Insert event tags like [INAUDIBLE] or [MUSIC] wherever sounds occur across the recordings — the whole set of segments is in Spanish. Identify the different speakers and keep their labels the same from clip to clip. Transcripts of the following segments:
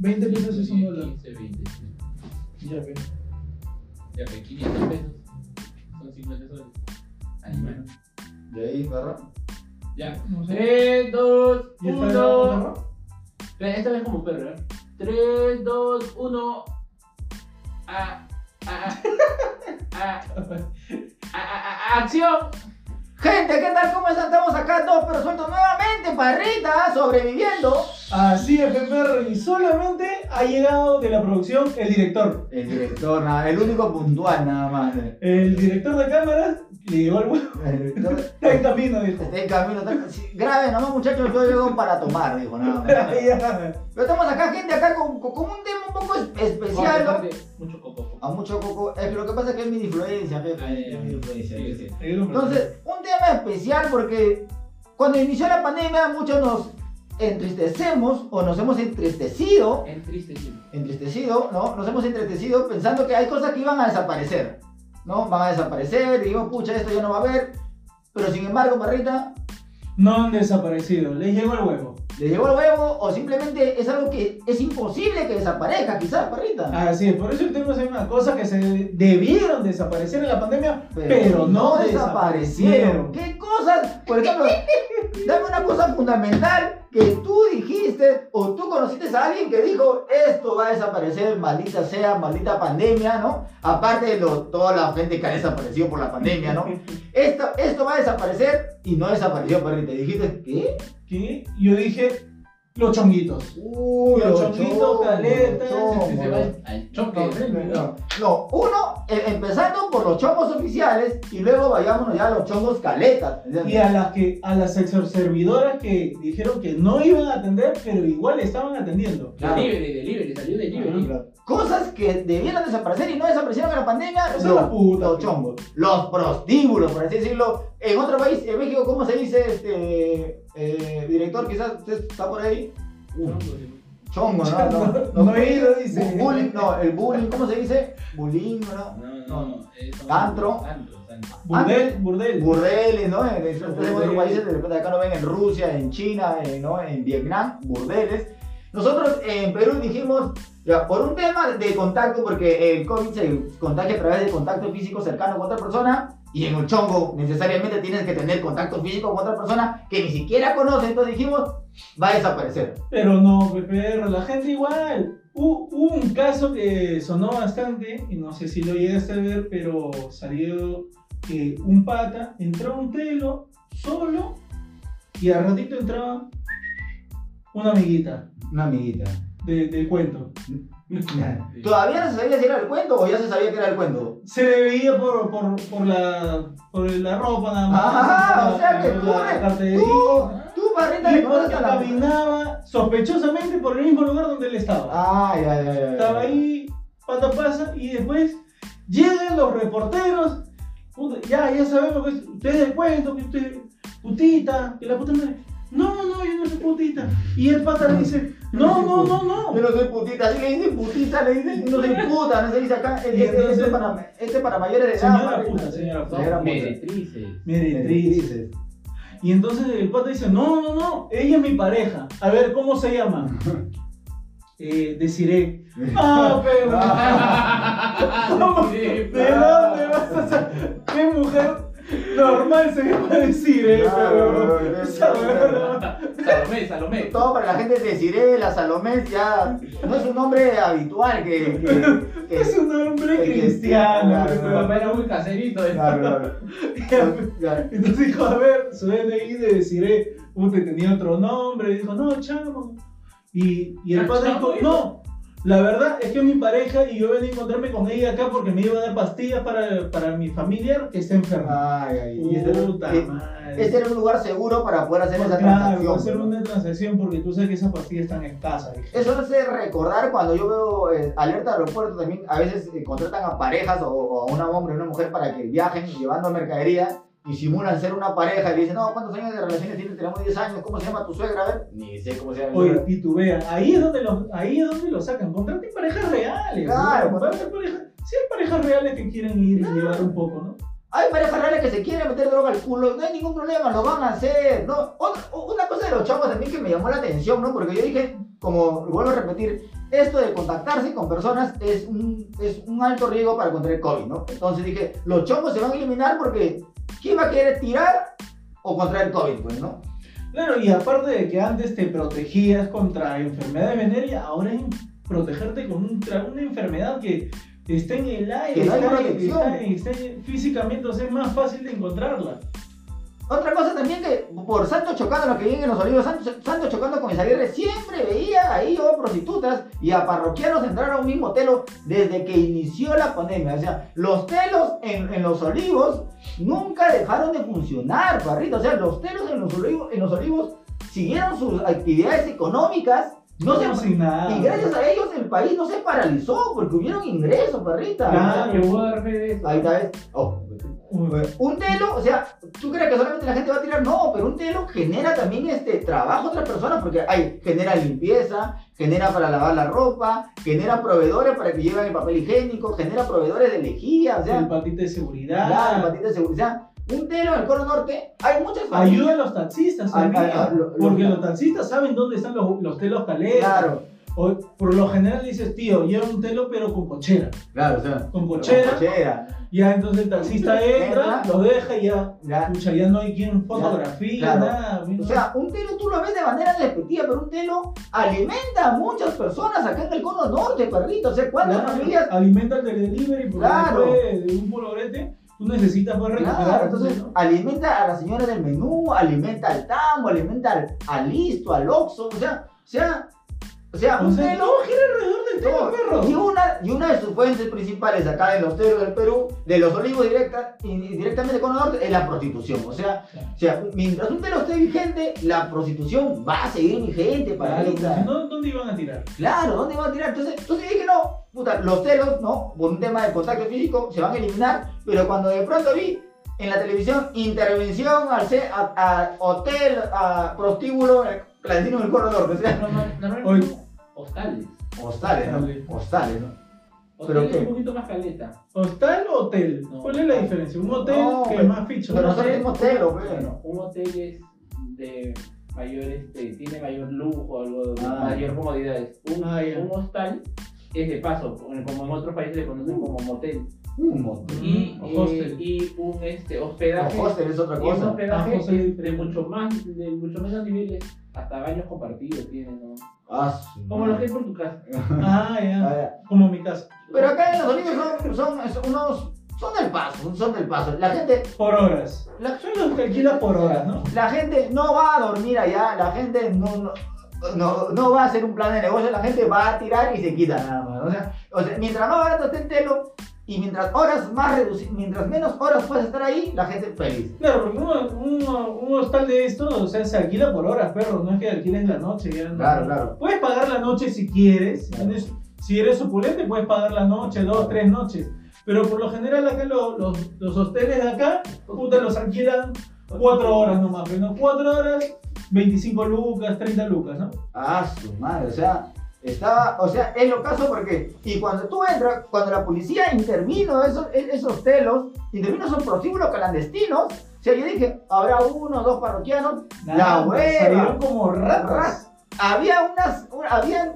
Speaker 1: 20 pesos es un dólar.
Speaker 2: 15, 20. sí.
Speaker 1: Ya ve.
Speaker 2: Ya ve, 500 pesos. Son 50 soles. Animal.
Speaker 3: De ahí, barra.
Speaker 2: Ya.
Speaker 1: No sé.
Speaker 2: 3, 2,
Speaker 1: Eh, ¿Y esta era una
Speaker 2: 1.
Speaker 1: barra?
Speaker 2: Esta vez como perro, ¿verdad? 3, 2, 1. A. A. A. a- a- a- ¡Acción!
Speaker 4: Gente, ¿qué tal? ¿Cómo están? Estamos acá dos pero sueltos nuevamente, parrita, sobreviviendo.
Speaker 1: Así es, FMR. Y solamente ha llegado de la producción el director.
Speaker 3: El director, nada, el único puntual nada más. eh.
Speaker 1: El director de cámaras le llegó el huevo. [LAUGHS]
Speaker 3: El director
Speaker 1: Está en camino, dijo.
Speaker 3: está en
Speaker 4: Pero
Speaker 3: camino.
Speaker 4: está- sí, Grave nomás, muchachos, yo llego para tomar, dijo
Speaker 1: Ah, [LAUGHS]
Speaker 4: [LAUGHS] nada más.
Speaker 1: Ya.
Speaker 4: Pero estamos acá, gente, acá con, con- con un tema un poco es- especial, ¿no?
Speaker 2: Mucho coco.
Speaker 4: A mucho coco. Es que lo que pasa es que es mi influencia,
Speaker 2: Ah, ya,
Speaker 4: jefe.
Speaker 2: ya.
Speaker 3: Eh,
Speaker 4: Es mi influencia.
Speaker 2: Sí,
Speaker 4: jefe.
Speaker 2: sí.
Speaker 4: Entonces, un tema especial porque cuando inició la pandemia muchos nos entristecemos o nos hemos entristecido,
Speaker 2: Es triste, sí.
Speaker 4: entristecido, ¿no? Nos hemos entristecido pensando que hay cosas que iban a desaparecer, ¿no? Van a desaparecer, dijimos, pucha, esto ya no va a haber. Pero sin embargo, Parrita,
Speaker 1: No han desaparecido, les llegó el huevo.
Speaker 4: le llegó el huevo o simplemente es algo que es imposible que desaparezca, quizás, Parrita.
Speaker 1: Así es, por eso el tema es una cosa que se debieron desaparecer en la pandemia, pero, no, desaparecieron.
Speaker 4: ¿Qué cosas? Por ejemplo, dame una cosa fundamental que tú dijiste o tú conociste a alguien que dijo esto va a desaparecer, maldita sea, maldita pandemia, ¿no? Aparte de lo- toda la gente que ha desaparecido por la
Speaker 1: [LAUGHS]
Speaker 4: pandemia, ¿no? Esto, esto va a desaparecer y no desapareció, perrito. Y dijiste, ¿qué?
Speaker 1: Que yo dije, los chonguitos.
Speaker 4: Uy,
Speaker 1: Los chonguitos,
Speaker 4: chongos,
Speaker 1: caletas, este,
Speaker 4: los
Speaker 2: Se
Speaker 4: chongos.
Speaker 2: va al- al choque.
Speaker 4: No, no, uno, eh, empezando por los chongos oficiales y luego vayámonos ya a los chongos caletas. ¿entiendes?
Speaker 1: Y a las que a las exorservidoras que dijeron que no iban a atender, pero igual estaban atendiendo.
Speaker 4: Claro.
Speaker 2: Delivery, delivery, salió delivery.
Speaker 4: Cosas que debieron desaparecer y no desaparecieron en la pandemia,
Speaker 1: Esa es
Speaker 4: los,
Speaker 1: la puta,
Speaker 4: los
Speaker 1: pe.
Speaker 4: chongos, los prostíbulos, por así decirlo. En otro país, en México, ¿cómo se dice este eh, director? Quizás usted está por ahí. Uh,
Speaker 1: [LAUGHS]
Speaker 4: chongo, ¿no? No,
Speaker 1: No, no he ido, dice.
Speaker 4: Bu- Bullying, no, el bullying, ¿cómo se dice? Bullying, ¿no?
Speaker 2: No,
Speaker 4: no,
Speaker 2: no, eso-
Speaker 4: Antro.
Speaker 2: Antro, antro.
Speaker 1: Ah, Burdel, burdel.
Speaker 4: Burdeles, ¿no? En, en- en otros
Speaker 1: Burdeles.
Speaker 4: países, de repente acá no ven en Rusia, en China, en, ¿no? en Vietnam, burdeles. Nosotros en Perú dijimos, ya, por un tema de contacto, porque el COVID se contagia a través de contacto físico cercano con otra persona, y en un chongo necesariamente tienes que tener contacto físico con otra persona que ni siquiera conoce, entonces dijimos, va a desaparecer.
Speaker 1: Pero no, pe- perro, la gente igual. Hu- Hubo un caso que sonó bastante, y no sé si lo llegaste a ver, pero salió que un pata entró a un telo solo y al ratito entraba una amiguita
Speaker 3: Una amiguita.
Speaker 1: de- del cuento.
Speaker 4: ¿Todavía no se sabía si era el cuento o ya se sabía que era el cuento?
Speaker 1: Se le veía por, por, por, la, por la ropa nada más.
Speaker 4: Ah,
Speaker 1: por
Speaker 4: o sea que
Speaker 1: por
Speaker 4: tú
Speaker 1: la
Speaker 4: eres-
Speaker 1: carterita.
Speaker 4: Tú, barrita,
Speaker 1: Y
Speaker 4: le
Speaker 1: porque
Speaker 4: conoces a la...
Speaker 1: caminaba sospechosamente por el mismo lugar donde él estaba.
Speaker 4: Ay, ay, ay, ay.
Speaker 1: Estaba ahí, pata pasa, y después llegan los reporteros. puta, ya, ya sabemos que es- ustedes del cuento, que usted, putita, que la puta madre. No, no, yo no soy putita. Y el pata le dice, no, no, no, no.
Speaker 4: Yo no soy putita, así le dicen putita, le dicen, no soy puta, no se dice
Speaker 1: [LAUGHS]
Speaker 4: acá,
Speaker 1: Y
Speaker 4: este, este,
Speaker 1: entonces-
Speaker 4: este para, este para mayores de edad.
Speaker 1: Señora
Speaker 4: padre.
Speaker 1: puta, señora puta.
Speaker 4: Señora
Speaker 2: Son
Speaker 4: puta.
Speaker 2: meretrices.
Speaker 1: Meretriz. Y entonces el pata dice, no, no, no, ella es mi pareja. A ver, ¿cómo se llama? [LAUGHS] Eh, [LAUGHS] deciré. Ah, pero.
Speaker 2: Sí,
Speaker 1: ¿De dónde vas a sacar? ¿Qué mujer normal se llama decir, eh? Pero... esa huevona.
Speaker 2: Salomé, Salomé.
Speaker 4: Todo para la gente de Cirela, Salomé, ya no es un nombre habitual que. que- que-
Speaker 1: [LAUGHS]
Speaker 4: [LAUGHS]
Speaker 1: Es un hombre
Speaker 4: que-
Speaker 1: cristiano.
Speaker 4: claro,
Speaker 1: pe,
Speaker 2: Tu
Speaker 1: huevón.
Speaker 2: papá era muy caserito. ¿eh?
Speaker 4: Claro, claro, claro.
Speaker 1: Entonces dijo, a ver, su DNI de deciré, usted eh, tenía otro nombre. Dijo, no, chamo. Y, y el
Speaker 2: Ah,
Speaker 1: padre
Speaker 2: chamo,
Speaker 1: dijo, no. La verdad es que es mi pareja y yo vení a encontrarme con ella acá porque me iba a dar pastillas para, para mi familiar que está enferma.
Speaker 4: Ay, ay, y este-
Speaker 1: Puta
Speaker 4: eh,
Speaker 1: madre.
Speaker 4: Este era un lugar seguro para poder hacer esa
Speaker 1: Claro, hacer
Speaker 4: transacción.
Speaker 1: una transacción porque tú sabes que esas pastillas están escasas. dije.
Speaker 4: Eso me hace recordar cuando yo veo eh, alerta de aeropuerto también, a veces eh, contratan a parejas o, o a un hombre o una mujer para que viajen llevando mercadería y simulan ser una pareja y le dicen, no, ¿cuántos años de relaciones tienes? Tenemos 10 años, ¿cómo se llama tu suegra? A ver, ni sé cómo se llama. mi
Speaker 1: Oye,
Speaker 4: suegra.
Speaker 1: titubea. Ahí es donde lo, ahí es donde lo sacan. Contraten parejas reales.
Speaker 4: Claro, pues,
Speaker 1: ¿no? Contraten parejas. Si hay parejas reales que quieren ir y llevar un poco, ¿no?
Speaker 4: Hay parejas reales que se quieren meter droga al culo, no hay ningún problema, lo van a hacer. No, otra, o- una cosa de los changos también que me llamó la atención, ¿no? Porque yo dije, como vuelvo a repetir, esto de contactarse con personas es un, es un alto riesgo para contraer COVID, ¿no? Entonces dije, los chongos se van a eliminar porque ¿quién va a querer tirar o contraer COVID, pues, no?
Speaker 1: Claro, y aparte de que antes te protegías contra enfermedades venéreas, ahora es protegerte contra una enfermedad que está en el aire,
Speaker 4: Que no hay
Speaker 1: está,
Speaker 4: protección.
Speaker 1: está- está físicamente, o sea, es más fácil de encontrarla.
Speaker 4: Otra cosa también que por Santos chocando, lo que viene en los olivos, Santos, Santos chocando con Isaguirre, siempre veía ahí yo a prostitutas y a parroquianos entrar a un mismo telo desde que inició la pandemia. O sea, los telos en, en los olivos nunca dejaron de funcionar, parrita. O sea, los telos en los olivos, en los olivos siguieron sus actividades económicas. No se,
Speaker 1: Como si nada.
Speaker 4: y gracias a ellos el país no se paralizó porque hubieron ingresos, parrita.
Speaker 1: Claro.
Speaker 2: Yo voy a dar fe de eso.
Speaker 4: Ahí está, ¿ves? Oh, un telo, o sea, tú crees que solamente la gente va a tirar, no, pero un telo genera también este trabajo a otras personas, porque hay, genera limpieza, genera para lavar la ropa, genera proveedores para que lleven el papel higiénico, genera proveedores de lejía, o
Speaker 1: el
Speaker 4: sea,
Speaker 1: patito de seguridad.
Speaker 4: ya, el patito de seguridad. Un telo en el Coro Norte, hay muchas familias.
Speaker 1: Ayuda a los taxistas
Speaker 4: Ay,
Speaker 1: también,
Speaker 4: ay, ay, lo- lo-
Speaker 1: porque los taxistas saben dónde están los, los telos caleros.
Speaker 4: Claro,
Speaker 1: O, por lo general dices, tío, lleva un telo pero con cochera.
Speaker 3: Claro, o sea.
Speaker 1: Con
Speaker 4: cochera.
Speaker 1: cochera, ya entonces el
Speaker 4: [LAUGHS]
Speaker 1: taxista entra,
Speaker 4: Entra.
Speaker 1: lo deja y ya.
Speaker 4: ya.
Speaker 1: Pucha, ya no hay quien fotografía,
Speaker 4: claro.
Speaker 1: nada.
Speaker 4: O
Speaker 1: mira.
Speaker 4: sea, un telo tú lo ves de manera despectiva, pero un telo alimenta a muchas personas acá en el Cono Norte, perrito. O sea, ¿cuántas
Speaker 1: Claro,
Speaker 4: familias
Speaker 1: Alimenta el delivery porque
Speaker 4: Claro.
Speaker 1: después de un polvorete tú necesitas poder recuperar.
Speaker 4: Claro, entonces
Speaker 1: ¿no?
Speaker 4: alimenta a la señora del menú, alimenta al tambo, alimenta al, al listo, al oxo, o sea, o sea, o sea,
Speaker 1: O
Speaker 4: un
Speaker 1: sea,
Speaker 4: telo
Speaker 1: todo gira alrededor del tema, perro.
Speaker 4: y una, y una de sus fuentes principales acá en los telos del Perú, de los olivos directa, y- y directamente con el norte, es la prostitución. O sea,
Speaker 1: Claro.
Speaker 4: o sea, mientras un telo esté vigente, la prostitución va a seguir vigente, para
Speaker 1: Claro, porque si no, ¿dónde iban a tirar?
Speaker 4: Claro, ¿dónde van a tirar? Entonces, entonces dije, no, puta, los celos, ¿no? Por un tema de contacto físico se van a eliminar, pero cuando de pronto vi en la televisión intervención al ce- a, a hotel, a prostíbulo, eh, clandestino del Coro Norte, o sea,
Speaker 2: No, no, Normalmente
Speaker 1: Hoy-
Speaker 2: son hostales.
Speaker 4: hostales, ¿no? Hostales, ¿no? ¿Pero
Speaker 2: Hostales
Speaker 4: qué?
Speaker 2: un poquito más caleta.
Speaker 1: ¿Hostal o hotel?
Speaker 2: No.
Speaker 1: ¿Cuál es la diferencia? Un hotel
Speaker 4: No,
Speaker 1: que
Speaker 4: pero-
Speaker 1: más ficha.
Speaker 4: Pero
Speaker 1: ¿no?
Speaker 4: nosotros pues, somos telos, bueno.
Speaker 2: Bueno, un hotel es de mayor, este, tiene mayor lujo, algo de
Speaker 4: Ah.
Speaker 2: mayor comodidades. Un,
Speaker 1: Ah, ya.
Speaker 2: un hostal es de paso, como en otros países le conocen como motel.
Speaker 4: Un montón.
Speaker 2: Y,
Speaker 1: Mm,
Speaker 2: eh,
Speaker 1: hostel.
Speaker 2: y un este,
Speaker 4: No,
Speaker 2: hospedaje.
Speaker 4: hostel es otra
Speaker 2: y un
Speaker 4: cosa.
Speaker 2: hospedaje
Speaker 1: Ah, hostel.
Speaker 2: es de mucho más, de mucho menos niveles, hasta baños compartidos tienen, ¿no?
Speaker 4: Ah, su
Speaker 2: Como los que
Speaker 4: madre.
Speaker 2: hay por tu casa.
Speaker 1: Ah,
Speaker 4: A
Speaker 1: ya.
Speaker 4: ver,
Speaker 1: Como mi casa.
Speaker 4: Pero acá en los olivos son, son, son unos, son del paso, son del paso. La gente,
Speaker 1: Por horas.
Speaker 4: la,
Speaker 1: Son los que alquilan por horas, ¿no?
Speaker 4: La gente no va a dormir allá, la gente no, no, no, no va a hacer un plan de negocio, la gente va a tirar y se quita nada más. O sea, o sea, mientras más barato esté el telo y mientras horas más reduci- mientras menos horas puedas estar ahí, la gente feliz.
Speaker 1: Claro, porque un, un, un hostal de esto, o sea, se alquila por horas, perro. No es que alquiles la noche. Ya, no.
Speaker 4: claro.
Speaker 1: Puedes pagar la noche si quieres.
Speaker 4: Claro.
Speaker 1: Tienes- Si eres opulente, puedes pagar la noche, dos, tres noches. Pero por lo general acá lo- los, los hosteles de acá, puta, los alquilan cuatro horas nomás. Pero cuatro horas, 25 lucas, 30 lucas, ¿no?
Speaker 4: Ah, su madre, o sea, estaba, o sea, es lo caso porque, y cuando tú entras, cuando la policía intervino esos, e- esos telos, intervino esos prostíbulos clandestinos, o sea, yo dije, habrá uno o dos parroquianos, la hueva.
Speaker 1: Salieron como ratas.
Speaker 4: ratas. Había unas, un- habían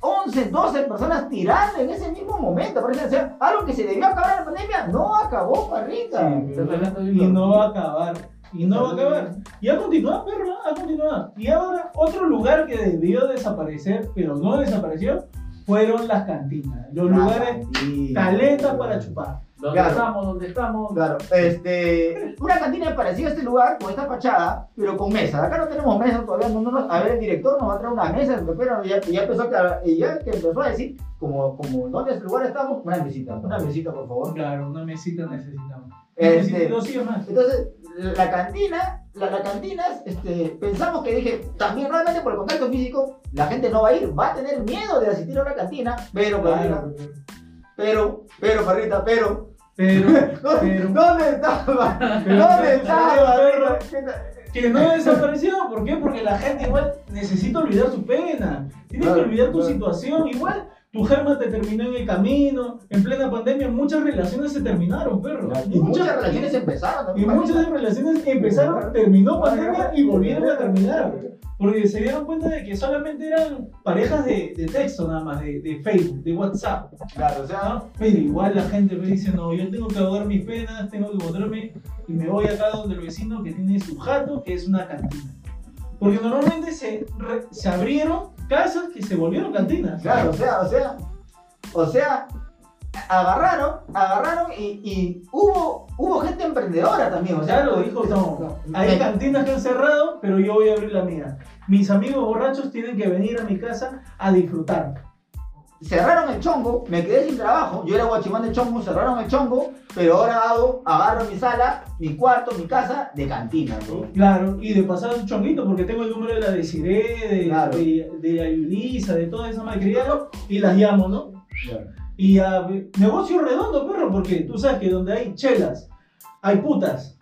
Speaker 4: 11, 12 personas tirando en ese mismo momento. Parece, o sea, algo que se debió acabar en la pandemia no acabó, parrita.
Speaker 1: Sí,
Speaker 2: Estás hablando de un
Speaker 1: y no
Speaker 2: dormir.
Speaker 1: va a acabar. Y no va a acabar. Y ha continuado, perro, ha continuado. Y ahora, otro lugar que debió desaparecer, pero no desapareció, fueron las cantinas. Los lugares caletas para chupar.
Speaker 2: ¿Dónde
Speaker 4: Claro.
Speaker 2: estamos? ¿Dónde estamos?
Speaker 4: Claro, este, una cantina parecida a este lugar, con esta fachada, pero con mesas. Acá no tenemos mesas todavía. no- no nos- a ver, el director nos va a traer una mesa, pero ya, ya empezó a, y ya que empezó a decir, como, como, ¿dónde es el lugar estamos? Una mesita, una mesita, por favor.
Speaker 1: Claro, una mesita necesitamos.
Speaker 4: Este,
Speaker 1: No sigue más.
Speaker 4: Entonces, la cantina, la, la cantina, este, pensamos que dije, también realmente por el contacto físico, la gente no va a ir, va a tener miedo de asistir a una cantina, pero,
Speaker 1: Claro,
Speaker 4: pero, pero, perrita, pero,
Speaker 1: pero, pero,
Speaker 4: ¿dónde estaba?
Speaker 1: pero-
Speaker 4: ¿Dónde estaba?
Speaker 1: pero-
Speaker 4: perrita?
Speaker 1: que no desapareció. ¿Por qué? Porque la gente igual necesita olvidar su pena. Tienes que
Speaker 4: Claro,
Speaker 1: olvidar tu
Speaker 4: claro.
Speaker 1: situación. Igual Tu germa te terminó en el camino. En plena pandemia muchas relaciones se terminaron, perro.
Speaker 4: Y muchas relaciones empezaron
Speaker 1: y
Speaker 4: también.
Speaker 1: muchas de las relaciones empezaron, terminó pandemia y volvieron a terminar. Porque se dieron cuenta de que solamente eran parejas de, de texto nada más, de, de Facebook, de WhatsApp.
Speaker 4: Claro, o sea,
Speaker 1: ¿no? Pero igual la gente me dice, no, yo tengo que ahogar mis penas, tengo que botarme y me voy acá donde el vecino que tiene su jato, que es una cantina. Porque normalmente se, re- se abrieron casas que se volvieron cantinas.
Speaker 4: Claro, o sea, o sea, o sea, agarraron, agarraron y, y hubo, hubo gente emprendedora también, o sea,
Speaker 1: Claro, dijo,
Speaker 4: [LAUGHS]
Speaker 1: no, hay cantinas que han cerrado, pero yo voy a abrir la mía. Mis amigos borrachos tienen que venir a mi casa a disfrutar.
Speaker 4: cerraron el chongo, me quedé sin trabajo, yo era guachimán de chongo, cerraron el chongo, pero ahora hago, agarro mi sala, mi cuarto, mi casa de cantina, bro.
Speaker 1: Claro, y de pasar un chonguito, porque tengo el número de la Desiree, de,
Speaker 4: Claro.
Speaker 1: de, de Ayulisa, de todas esas malcriadas, y las llamo, ¿no?
Speaker 3: Claro.
Speaker 1: Y a negocio redondo, perro, porque tú sabes que donde hay chelas, hay putas,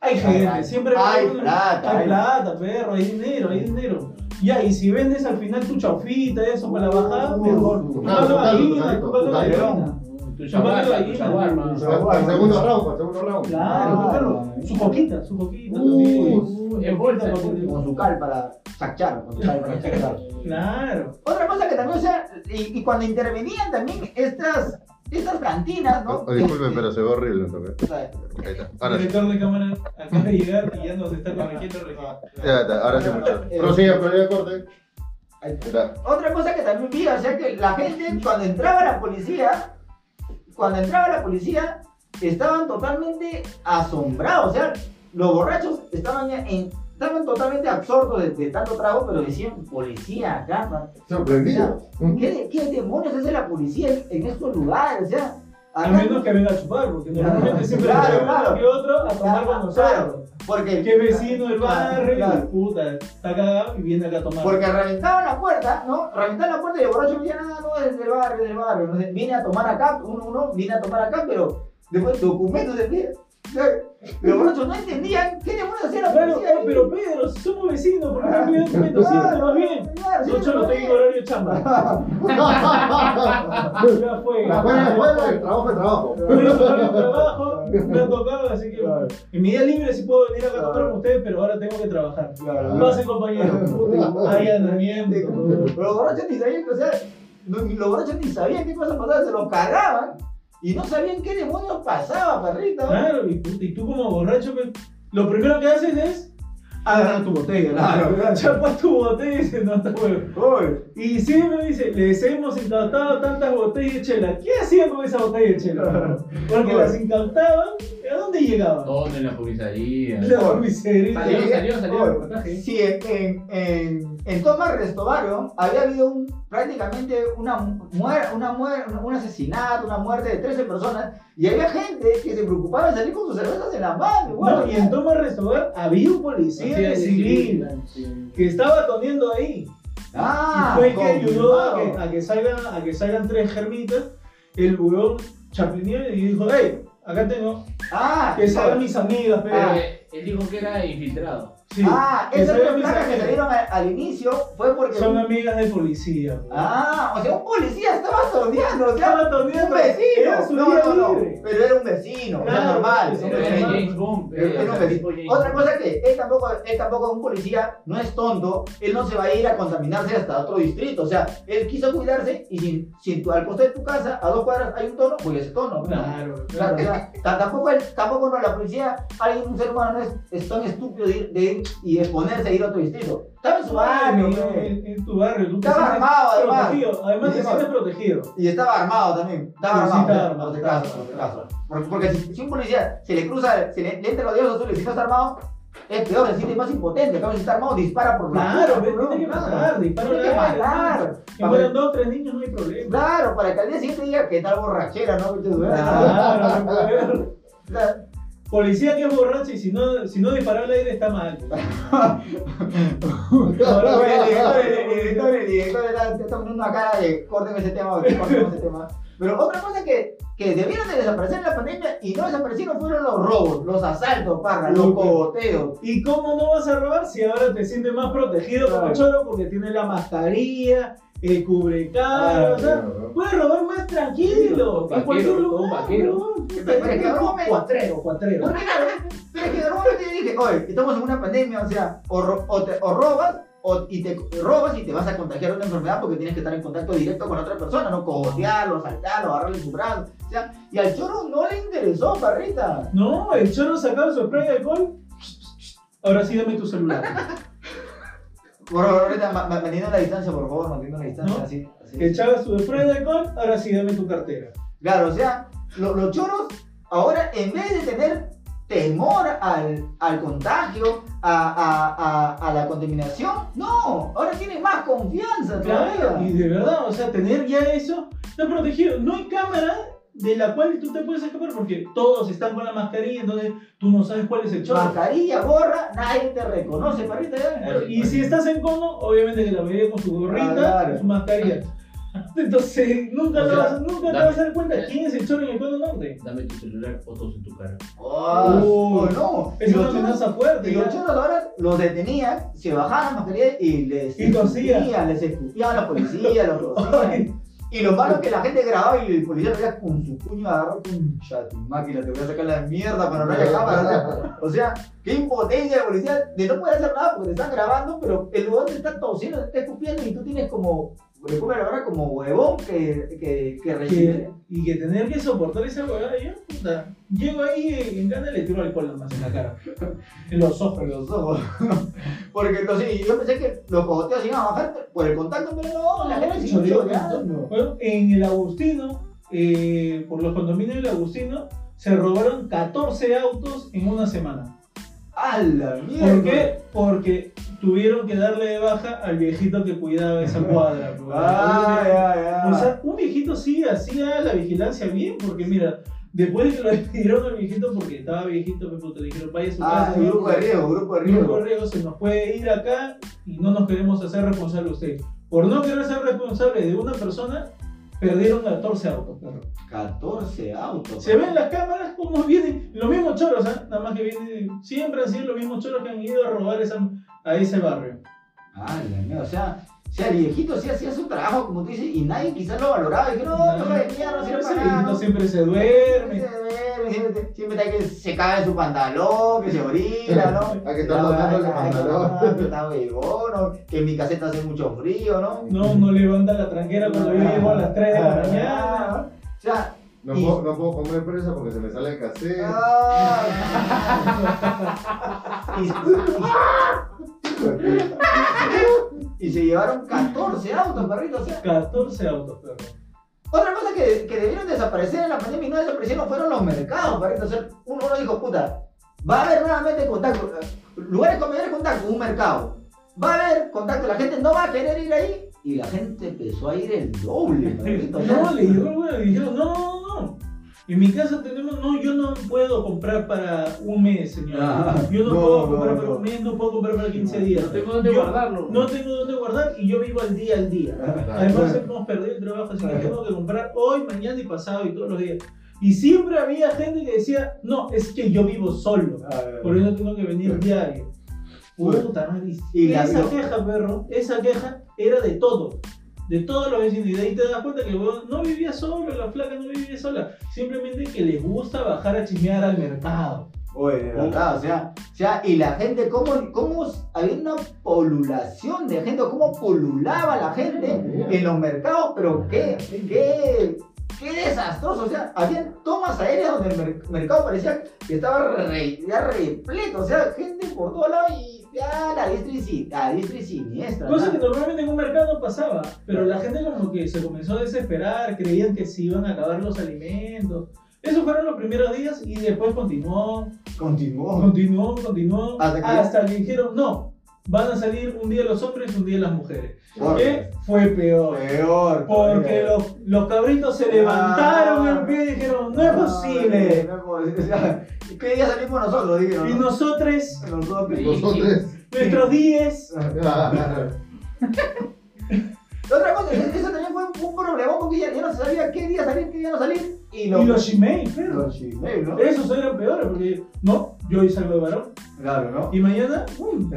Speaker 1: hay
Speaker 4: Claro,
Speaker 1: gente,
Speaker 4: hay-
Speaker 1: siempre
Speaker 4: hay plata,
Speaker 1: hay
Speaker 4: hay-
Speaker 1: plata, perro, hay dinero, hay dinero. Ya, y si vendes al final tu chaufita, eso para la bajada,
Speaker 3: Uh,
Speaker 1: mejor.
Speaker 3: uh,
Speaker 1: Tu
Speaker 5: claro,
Speaker 1: caldo de
Speaker 5: claro,
Speaker 1: gallina,
Speaker 5: claro,
Speaker 1: tu caldo de
Speaker 5: claro.
Speaker 1: gallina.
Speaker 2: Tu shawarma, tu
Speaker 1: Gallina.
Speaker 2: shawarma.
Speaker 5: El segundo round, el segundo round.
Speaker 1: Claro,
Speaker 3: Ah,
Speaker 1: perro,
Speaker 3: ahí.
Speaker 1: su coquita, su coquita
Speaker 5: Uh,
Speaker 1: también.
Speaker 2: en bolsa, en bolsa.
Speaker 4: Con su cal para chachar, con su cal para chachar.
Speaker 1: Claro.
Speaker 4: Otra cosa que también, o sea, y, y cuando intervenían también estas, estas cantinas, ¿no?
Speaker 5: Oh, disculpe, pero se ve horrible. ¿no?
Speaker 4: O sea,
Speaker 5: Ahí está. Ahora sí.
Speaker 1: director de cámara acaba de llegar y ya nos está corrigiendo.
Speaker 5: Ya está, ahora sí, muchachos. Prosiga, prosiga, corte.
Speaker 4: ahí está.
Speaker 5: Ahí está.
Speaker 4: Otra cosa que también vi, o sea que la gente cuando entraba la policía, cuando entraba la policía, estaban totalmente asombrados, o sea, los borrachos estaban ya en- estaban totalmente absortos de, de tanto trago, pero decían, policía acá, man".
Speaker 5: Sorprendido.
Speaker 4: ¿Qué, de- qué demonios hace la policía en, en estos lugares? O sea,
Speaker 1: A
Speaker 4: acá-
Speaker 1: menos que venga a chupar, porque normalmente siempre
Speaker 4: Claro,
Speaker 1: le lleva
Speaker 4: claro.
Speaker 1: uno que otro a tomar con
Speaker 4: claro,
Speaker 1: nosotros.
Speaker 4: porque
Speaker 1: Que vecino del
Speaker 4: Claro,
Speaker 1: barrio,
Speaker 4: claro.
Speaker 1: puta, está cagado y viene acá a tomar.
Speaker 4: Porque reventaban la puerta, ¿no? Reventaban la puerta y el borracho me decía, ah, no, es del barrio, es del barrio. No sé, vine a tomar acá, uno, uno, vine a tomar acá, pero después documentos de Los borrachos no entendían qué demonios hacía la
Speaker 1: Claro,
Speaker 4: policía.
Speaker 1: claro, pero Pedro, si somos vecinos, ¿por qué me piden documento? Sí, te vas bien.
Speaker 4: Claro, Ah, sí,
Speaker 1: Yo solo
Speaker 4: te vas
Speaker 1: tengo horario de chamba. Ya fue.
Speaker 5: La buena, la buena, el trabajo, el trabajo.
Speaker 1: Tengo horario de trabajo, me ha tocado, así que.
Speaker 4: Claro.
Speaker 1: En mi día libre sí puedo venir acá a tomar
Speaker 4: Claro.
Speaker 1: con ustedes, pero ahora tengo que trabajar.
Speaker 4: Claro.
Speaker 1: Pase,
Speaker 4: [LAUGHS]
Speaker 1: compañero. Ahí andamiento.
Speaker 4: Pero los borrachos ni sabían, o sea, no- ni los borrachos ni sabían qué cosa pasaba, se los cargaban y no sabían qué demonios pasaba, perrito.
Speaker 1: Claro, y, puta, y tú como borracho, pues, lo primero que haces es agarrar tu botella.
Speaker 4: Claro,
Speaker 1: [LAUGHS]
Speaker 4: claro.
Speaker 1: Chapas tu botella y dices, no, está huevo.
Speaker 4: Uy,
Speaker 1: Y siempre dice, les hemos incautado tantas botellas de chela. ¿Qué hacían con esa botella de chela? Porque las incautaban, ¿a dónde llegaban?
Speaker 2: Todo en la comisaría.
Speaker 1: [LAUGHS] La miseria.
Speaker 2: Salió, salió, salió el
Speaker 4: Oye.
Speaker 2: reportaje.
Speaker 4: Sí, en, en, en, en Tomás Restobario había habido un- prácticamente una muer- una muer- un asesinato, una muerte de 13 personas, y había gente que se preocupaba de salir con sus cervezas en la mano.
Speaker 1: Bueno,
Speaker 4: Bueno,
Speaker 1: y en Toma Restaurar había un policía de civil
Speaker 2: Sí.
Speaker 1: que estaba atendiendo ahí.
Speaker 4: ah,
Speaker 1: y fue el que ayudó a que,
Speaker 4: confirmado.
Speaker 1: a que salgan, a que salgan tres germitas. El huevón chaplineó y dijo, hey, acá tengo
Speaker 4: Ah,
Speaker 1: Que salgan mis amigas, pero.
Speaker 2: Pero eh, él dijo que era infiltrado.
Speaker 1: sí.
Speaker 4: ah,
Speaker 1: que
Speaker 4: esas
Speaker 1: salgan mis
Speaker 4: placas que
Speaker 1: amigas.
Speaker 4: salieron al, al inicio fue porque.
Speaker 1: Son amigas de policía. pues. güey.
Speaker 4: Ah, o sea, un policía estaba sondeando, o sea,
Speaker 1: Estaba
Speaker 4: un
Speaker 1: tonteando. Era
Speaker 4: vecino.
Speaker 1: su
Speaker 4: No,
Speaker 1: día
Speaker 4: no, no,
Speaker 1: libre.
Speaker 4: pero era un vecino, era
Speaker 1: Claro,
Speaker 4: normal.
Speaker 1: sí,
Speaker 2: Pero
Speaker 1: sí,
Speaker 2: era
Speaker 1: sí.
Speaker 2: James Bond.
Speaker 4: Pero
Speaker 2: eh,
Speaker 4: era un
Speaker 2: o sea,
Speaker 4: vecino.
Speaker 2: tipo James
Speaker 4: Otra
Speaker 2: Bond.
Speaker 4: cosa que él tampoco, él tampoco es un policía, no es tonto, él no se va a ir a contaminarse hasta otro distrito. O sea, él quiso cuidarse y si, si en tu- al costado de tu casa, a dos cuadras, hay un tono, pues ese tono.
Speaker 1: Claro, claro.
Speaker 4: Claro, o sea, ta- tampoco, él- tampoco no, la policía, alguien, un ser humano no es, es tan estúpido de ir, de ir y exponerse a ir a otro distrito. Estaba en su barrio,
Speaker 1: Barrio,
Speaker 4: güey.
Speaker 1: en, en tu barrio, tú te
Speaker 4: Estaba
Speaker 1: sientes
Speaker 4: armado, además.
Speaker 1: protegido. Además, te
Speaker 4: Estaba-
Speaker 1: sientes protegido.
Speaker 4: Y estaba armado también. Estaba
Speaker 1: Sí, sí,
Speaker 4: armado.
Speaker 1: estaba
Speaker 4: por
Speaker 1: armado,
Speaker 4: si
Speaker 1: estaba
Speaker 4: acaso, por si
Speaker 1: armado.
Speaker 4: acaso. Porque, porque si, si un policía se le cruza, se le, le entra los dedos azules y no está armado, es peor, se siente más impotente. Acá si está armado, dispara por la
Speaker 1: Claro,
Speaker 4: cara,
Speaker 1: pero
Speaker 4: ¿no?
Speaker 1: tiene que
Speaker 4: Claro.
Speaker 1: matar, dispara
Speaker 4: Tiene que
Speaker 1: la cara,
Speaker 4: matar.
Speaker 1: Y fueron dos, tres niños, no hay problema.
Speaker 4: Claro, para que al día siguiente diga que tal borrachera, ¿no?
Speaker 1: Claro, claro.
Speaker 4: Claro.
Speaker 1: Policía que es borracho y si no, si no dispara al aire está [LAUGHS] mal. Ahora,
Speaker 4: Oye,
Speaker 1: güey,
Speaker 4: el director,
Speaker 1: ahora,
Speaker 4: el el director, el director está está poniendo una cara de corten ese tema, porque corten
Speaker 1: [LAUGHS]
Speaker 4: ese tema. Pero otra cosa que, que debieron de desaparecer en la pandemia y no desaparecieron fueron los robos, los asaltos, parra, los cogoteos.
Speaker 1: ¿Y cómo no vas a robar si ahora te sientes más protegido como
Speaker 4: Claro.
Speaker 1: choro porque tienes la mascarilla, eh, cubrecaro, o sea, puedes robar más tranquilo,
Speaker 2: Un
Speaker 1: en cualquier
Speaker 2: vaquero, un
Speaker 1: lugar.
Speaker 2: vaquero.
Speaker 1: ¿no?
Speaker 4: ¿Qué te parece?
Speaker 1: Cuatrero, cuatrero.
Speaker 4: Porque, claro, Pero es que de repente yo dije, oye, estamos en una pandemia, o sea, o, ro- o te- o robas, o, y te robas y te vas a contagiar una enfermedad porque tienes que estar en contacto directo con otra persona, ¿no? Cogotearlo, saltarlo, agarrarle su brazo. O sea, y al choro no le interesó, parrita.
Speaker 1: No, el chorro sacaba su spray de alcohol. Ahora sí dame tu celular.
Speaker 4: Por favor, ahorita, ma- ma- manteniendo la distancia, por favor, manteniendo la distancia,
Speaker 1: No.
Speaker 4: así. así.
Speaker 1: Echaba su spray de alcohol, ahora sí dame tu cartera.
Speaker 4: Claro, o sea, lo- los choros ahora en vez de tener temor al, al contagio, a, a- a- a la contaminación, no, ahora tienen más confianza
Speaker 1: Claro, y
Speaker 4: todavía.
Speaker 1: de verdad, o sea, tener ya eso, está protegido. No hay cámara de la cual tú te puedes escapar porque todos están con la mascarilla, entonces tú no sabes cuál es el chorro.
Speaker 4: Mascarilla, gorra, nadie te reconoce, parrita. ¿eh?
Speaker 1: Y si estás en cono, obviamente que la mayoría con su gorrita,
Speaker 4: Claro.
Speaker 1: su mascarilla. [LAUGHS] Entonces, nunca,
Speaker 2: O
Speaker 1: te,
Speaker 2: sea,
Speaker 1: vas, nunca te
Speaker 2: dame.
Speaker 1: vas a dar cuenta quién es el chorro en el cono norte.
Speaker 2: Dame tu celular o tos en tu cara.
Speaker 4: Oh,
Speaker 1: Uy,
Speaker 4: oh, no. Y
Speaker 1: Es una
Speaker 4: los choros-
Speaker 1: amenaza fuerte.
Speaker 4: y los
Speaker 1: ya.
Speaker 4: choros ahora los detenían, se bajaban la mascarilla y les
Speaker 1: Y tosía.
Speaker 4: escupían, les escupían a la policía, los tosían. Y lo malo es que la gente grababa y el policía lo veía con su puño agarrado con tu máquina, te voy a sacar la mierda para no la cámara. O sea, qué impotencia el policía de no poder hacer nada porque te están grabando, pero el lugar te está tosiendo, te está escupiendo y tú tienes como, le pongo la verdad, como huevón que, que, que
Speaker 1: que-
Speaker 4: recibe.
Speaker 1: y que tener que soportar esa huevada, yo, puta, llego ahí en- en gana y le tiro alcohol más en la cara, [LAUGHS] en los ojos.
Speaker 4: Por los ojos. [LAUGHS] Porque entonces yo pensé que los cogoteos iban a bajar por el contacto, pero no, la gente
Speaker 1: Yo
Speaker 4: siguió
Speaker 1: digo,
Speaker 4: llorando.
Speaker 1: Bueno, en el Agustino, eh, por los condominios del Agustino, se robaron 14 autos en una semana.
Speaker 4: ¡A la mierda!
Speaker 1: ¿Por qué? Porque tuvieron que darle de baja al viejito que cuidaba
Speaker 4: [LAUGHS]
Speaker 1: esa cuadra. pues.
Speaker 4: ¡Ay, ay, ay!
Speaker 1: O sea, un viejito sí hacía la vigilancia bien, porque mira, después de que lo despidieron al viejito porque estaba viejito, me puto, le dijeron, vaya a su
Speaker 4: ah,
Speaker 1: casa.
Speaker 4: el grupo de riesgo, grupo de
Speaker 1: Señor
Speaker 4: riesgo.
Speaker 1: Correo se nos puede ir acá y no nos queremos hacer responsable usted. Por no querer ser responsable de una persona, perdieron 14 autos, perro.
Speaker 4: 14 autos.
Speaker 1: Se ven las cámaras como vienen los mismos choros, ¿ah? nada más que vienen, siempre han sido los mismos choros que han ido a robar esa- a ese barrio.
Speaker 4: Ah, la mierda, o sea, o sea, el viejito sí hacía su trabajo, como tú dices, y nadie quizás lo valoraba. Y que no, no de mierda,
Speaker 1: Pero
Speaker 4: no sirve
Speaker 1: ese
Speaker 4: para nada.
Speaker 1: viejito
Speaker 4: no
Speaker 1: siempre se duerme.
Speaker 4: sirve, Siempre siempre está que se cae de su pantalón, que se orina, ¿no?
Speaker 5: Hay que estar tocando el
Speaker 4: Ah, Que
Speaker 5: pantalón.
Speaker 4: está huevón, ¿no? que en mi caseta hace mucho frío, ¿no?
Speaker 1: No, no levanta la tranquera cuando yo llego a las 3 de la mañana.
Speaker 4: Ah, O sea,
Speaker 5: No
Speaker 4: Y-
Speaker 5: puedo, no puedo comer presa porque se me sale el cassette. [LAUGHS]
Speaker 4: ah. Y- y- y se llevaron 14 autos, perrito. O sea,
Speaker 1: 14 autos, perro.
Speaker 4: Otra cosa que, que debieron desaparecer en la pandemia y no desaparecieron fueron los mercados, para entonces uno, uno dijo, puta, va a haber nuevamente contacto, eh, lugares con mayor contacto, un mercado, va a haber contacto, la gente no va a querer ir ahí, y la gente empezó a ir el doble,
Speaker 1: [LAUGHS]
Speaker 4: perrito,
Speaker 1: No, le dijeron, bueno, le dijeron, no, no, no. En mi casa tenemos, no, yo no puedo comprar para un mes, señor.
Speaker 4: Ah,
Speaker 1: yo no,
Speaker 4: no,
Speaker 1: puedo
Speaker 4: no,
Speaker 1: comprar para
Speaker 4: no.
Speaker 1: un mes, no puedo comprar para 15 días.
Speaker 2: No tengo dónde Ah,
Speaker 1: Yo
Speaker 2: guardarlo.
Speaker 1: No tengo dónde guardar y yo vivo al día al día. Además, hemos perdido el trabajo, así que
Speaker 4: Claro.
Speaker 1: tengo que comprar hoy, mañana y pasado y todos los días. Y siempre había gente que decía, no, es que yo vivo solo, por eso tengo que venir diario. Puta madre.
Speaker 4: Y la
Speaker 1: esa
Speaker 4: vio.
Speaker 1: queja, perro, esa queja era de todo. De todos los vecinos. Y de ahí te das cuenta que el huevón no vivía solo, la flaca no vivía sola. Simplemente que les gusta bajar a chismear al mercado.
Speaker 4: Oye, de verdad, o sea, o sea, y la gente, ¿cómo, cómo había una polulación de gente, cómo polulaba la gente en los mercados, pero qué, qué, qué desastroso, o sea, habían tomas aéreas donde el mer- mercado parecía que estaba re- ya repleto, o sea, gente por todos lados y ya la diestra y, si- la diestra y siniestra.
Speaker 1: Cosa
Speaker 4: ¿no?
Speaker 1: que normalmente en un mercado no pasaba. Pero la gente como que se comenzó a desesperar, creían que se iban a acabar los alimentos. Esos fueron los primeros días y después continuó,
Speaker 4: Continuó.
Speaker 1: continuó, continuó.
Speaker 4: Hasta que-
Speaker 1: Hasta que dijeron, no, van a salir un día los hombres y un día las mujeres.
Speaker 4: Por-
Speaker 1: ¿Qué? Fue peor.
Speaker 4: Peor.
Speaker 1: Porque
Speaker 4: todavía.
Speaker 1: los, los cabritos se levantaron
Speaker 4: Ah.
Speaker 1: en pie y dijeron, no es posible.
Speaker 4: No es posible. O sea, ¿Qué día salimos nosotros? Dijeron,
Speaker 1: Y
Speaker 4: ¿no?
Speaker 1: nosotros,
Speaker 4: Nosotros.
Speaker 5: Nosotros.
Speaker 1: nuestros días,
Speaker 4: Otra cosa, eso también fue un, un problema porque ya, ya no se sabía qué día salir, qué día no salir. Y
Speaker 1: y Eh. los Shimei, pero
Speaker 4: los Gmail, ¿no?
Speaker 1: esos eran peores porque, no, yo hoy salgo de varón [LAUGHS]
Speaker 4: Claro, ¿no?
Speaker 1: y mañana, ¡pum!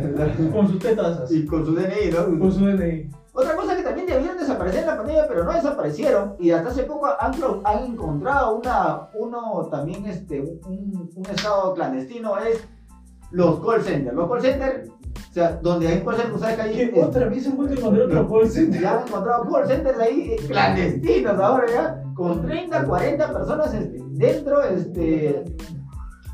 Speaker 1: con sus tetazas,
Speaker 4: Y con su DNI, ¿no?
Speaker 1: con su DNI.
Speaker 4: Otra cosa que también debían desaparecer en la pandemia, pero no desaparecieron, y hasta hace poco han, clau- han encontrado una, uno también este, un, un estado clandestino, es los call centers. Los call centers, o sea, donde hay un call center, ¿sabes que hay?
Speaker 1: Que otra vez se encuentra con el otro call center.
Speaker 4: Ya han encontrado call centers ahí eh, clandestinos ahora ya, con 30, 40 personas este, dentro, este,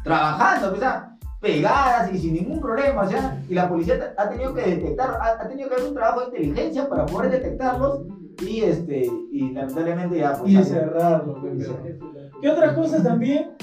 Speaker 4: trabajando, pues, o sea, pegadas y sin ningún problema, o sea, y la policía ta- ha tenido que detectar, ha, ha tenido que hacer un trabajo de inteligencia para poder detectarlos y este, y lamentablemente ya pues,
Speaker 1: Y
Speaker 4: han-
Speaker 1: cerrarlo, pues, pero- ¿Qué otras cosas también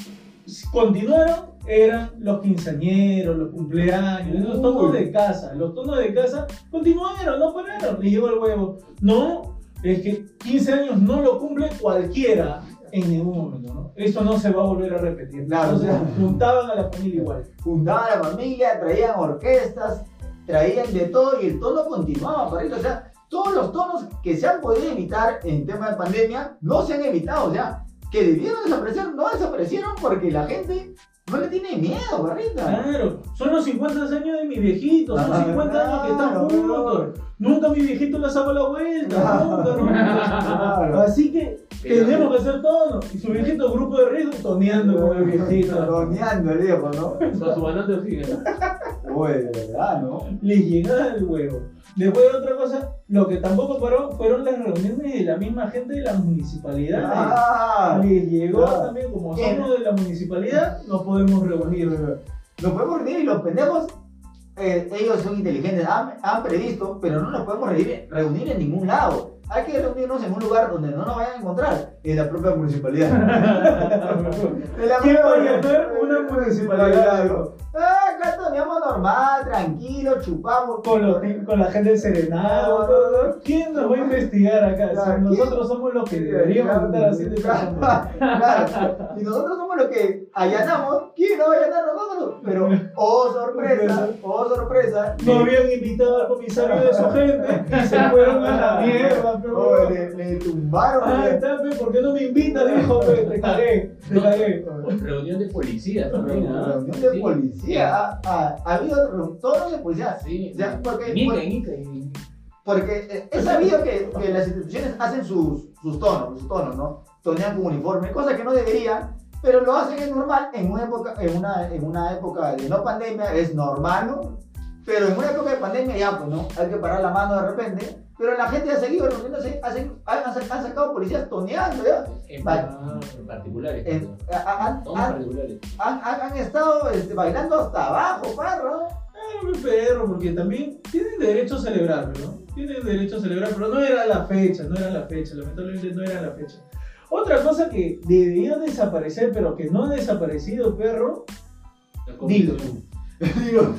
Speaker 1: continuaron? Eran los quinceañeros, los cumpleaños, los tonos de casa. Los tonos de casa continuaron, no pararon. Le llegó el huevo. No, es que 15 años no lo cumple cualquiera en ningún momento. ¿no? Eso no se va a volver a repetir.
Speaker 4: Claro,
Speaker 1: Entonces,
Speaker 4: claro.
Speaker 1: juntaban a la familia igual.
Speaker 4: fundaban la familia, traían orquestas, traían de todo y el tono continuaba, parece, o sea, todos los tonos que se han podido evitar en tema de pandemia no se han evitado, o sea, que debieron desaparecer, no desaparecieron porque la gente no le tiene miedo, barrita.
Speaker 1: Claro, son los 50 años de mi viejito, Ah, son
Speaker 4: Ah,
Speaker 1: 50 años que están
Speaker 4: claro,
Speaker 1: juntos. Nunca mi viejito le sacó la vuelta.
Speaker 4: Claro.
Speaker 1: nunca, nunca.
Speaker 4: Claro.
Speaker 1: [LAUGHS] Así que
Speaker 5: Pero-
Speaker 1: tenemos que hacer todo. Y su viejito grupo de riesgo toneando con el viejito.
Speaker 4: Roneando el viejo, ¿no?
Speaker 2: Con su balón de oxígeno.
Speaker 4: Uy, de verdad, ¿no?
Speaker 1: Les llegaba el huevo. Después otra cosa, lo que tampoco paró fueron las reuniones de la misma gente de la municipalidad.
Speaker 4: Ah,
Speaker 1: Les llegó
Speaker 4: claro.
Speaker 1: también, como
Speaker 4: ¿Qué?
Speaker 1: somos de la municipalidad, nos podemos reunir.
Speaker 4: nos podemos reunir y los pendejos, eh, ellos son inteligentes, han, han previsto, pero no nos podemos reunir, reunir en ningún lado. Hay que reunirnos en un lugar donde no nos vayan a encontrar, en la propia municipalidad. [LAUGHS] En la
Speaker 1: ¿Quién
Speaker 4: propia-
Speaker 1: va a llamar una municipalidad?
Speaker 4: digo? Ah, acá toneamos normal, tranquilo, chupamos.
Speaker 1: con, los ti- con la gente del Serenado, todo, todo. ¿quién nos va a investigar acá?
Speaker 4: Ah, Claro,
Speaker 1: Si
Speaker 4: ¿quién?
Speaker 1: nosotros somos los que deberíamos estar haciendo esta
Speaker 4: Claro, claro. Y nosotros somos los que allanamos. ¿Quién no va a allanar nosotros? Pero,
Speaker 1: [LAUGHS]
Speaker 4: oh sorpresa, oh sorpresa.
Speaker 1: No habían invitado al comisario de su gente y se fueron a la mierda,
Speaker 4: Oh,
Speaker 1: pero.
Speaker 4: le, le tumbaron.
Speaker 1: Ah,
Speaker 4: le-
Speaker 1: está, pe, ¿por qué no me invitas? Dijo, pe, te cagué, te cagué.
Speaker 2: Reunión de policías también, ¿ah?
Speaker 4: Reunión de
Speaker 2: Sí.
Speaker 4: policía. Ha, ha- ha habido reun- todo de policía.
Speaker 2: Sí.
Speaker 4: O sea, porque,
Speaker 2: Mica,
Speaker 4: por-
Speaker 2: mica, mica.
Speaker 4: porque eh, he sabido que, que las instituciones hacen sus, sus tonos, sus tonos, ¿no? Tonean con uniforme, cosa que no deberían, pero lo hacen es normal. En una época, en una, en una época de no pandemia es normal, ¿no? Pero en una época de pandemia ya, pues, ¿no? Hay que parar la mano de repente. Pero la gente ha seguido reuniéndose, hacen, han, han sacado policías toneando, ¿ya?
Speaker 2: En,
Speaker 4: Vale.
Speaker 2: en particulares.
Speaker 4: En- Ah. a- a- han-
Speaker 2: Todos
Speaker 4: han-
Speaker 2: particulares.
Speaker 4: han, han- han estado este, bailando hasta abajo, parro.
Speaker 1: Claro, pe, perro, porque también tienen derecho a celebrar, ¿no? Tienen derecho a celebrar, pero no era la fecha, no era la fecha, lamentablemente no era la fecha. Otra cosa que debía desaparecer, pero que no ha desaparecido, perro,
Speaker 2: La
Speaker 4: Dilo.
Speaker 2: corrupción.
Speaker 4: Digo,
Speaker 5: [LAUGHS]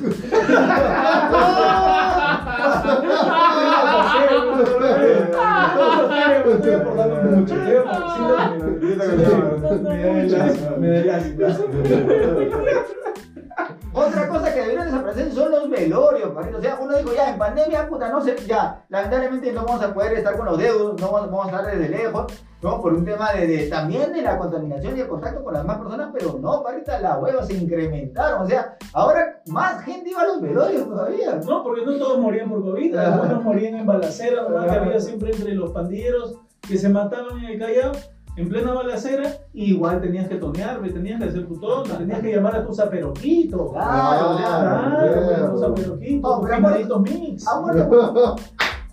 Speaker 4: Otra cosa que debieron desaparecer son los velorios, parido. O sea, uno dijo, ya, en pandemia, puta, no sé, ya, lamentablemente no vamos a poder estar con los deudos, no vamos, vamos a estar desde lejos, ¿no? Por un tema de, de- también de la contaminación y el contacto con las demás personas, pero no, parita, la hueva se incrementaron. O sea, ahora más gente iba a los velorios todavía.
Speaker 1: No, porque no todos morían por COVID,
Speaker 4: Ah.
Speaker 1: algunos morían en balacera, ¿verdad? que había siempre entre los pandilleros que se mataban en el Callao, en plena balacera, y igual tenías que tonear, pe, tenías que hacer putón, tenías que llamar a Ah, tus aperoquitos.
Speaker 4: Claro,
Speaker 1: Claro, pe, tus
Speaker 5: claro.
Speaker 1: aperoquitos,
Speaker 4: Ah, Oh,
Speaker 1: tus
Speaker 4: pero ah, amor-
Speaker 1: primeritos mix.
Speaker 4: Ha muerto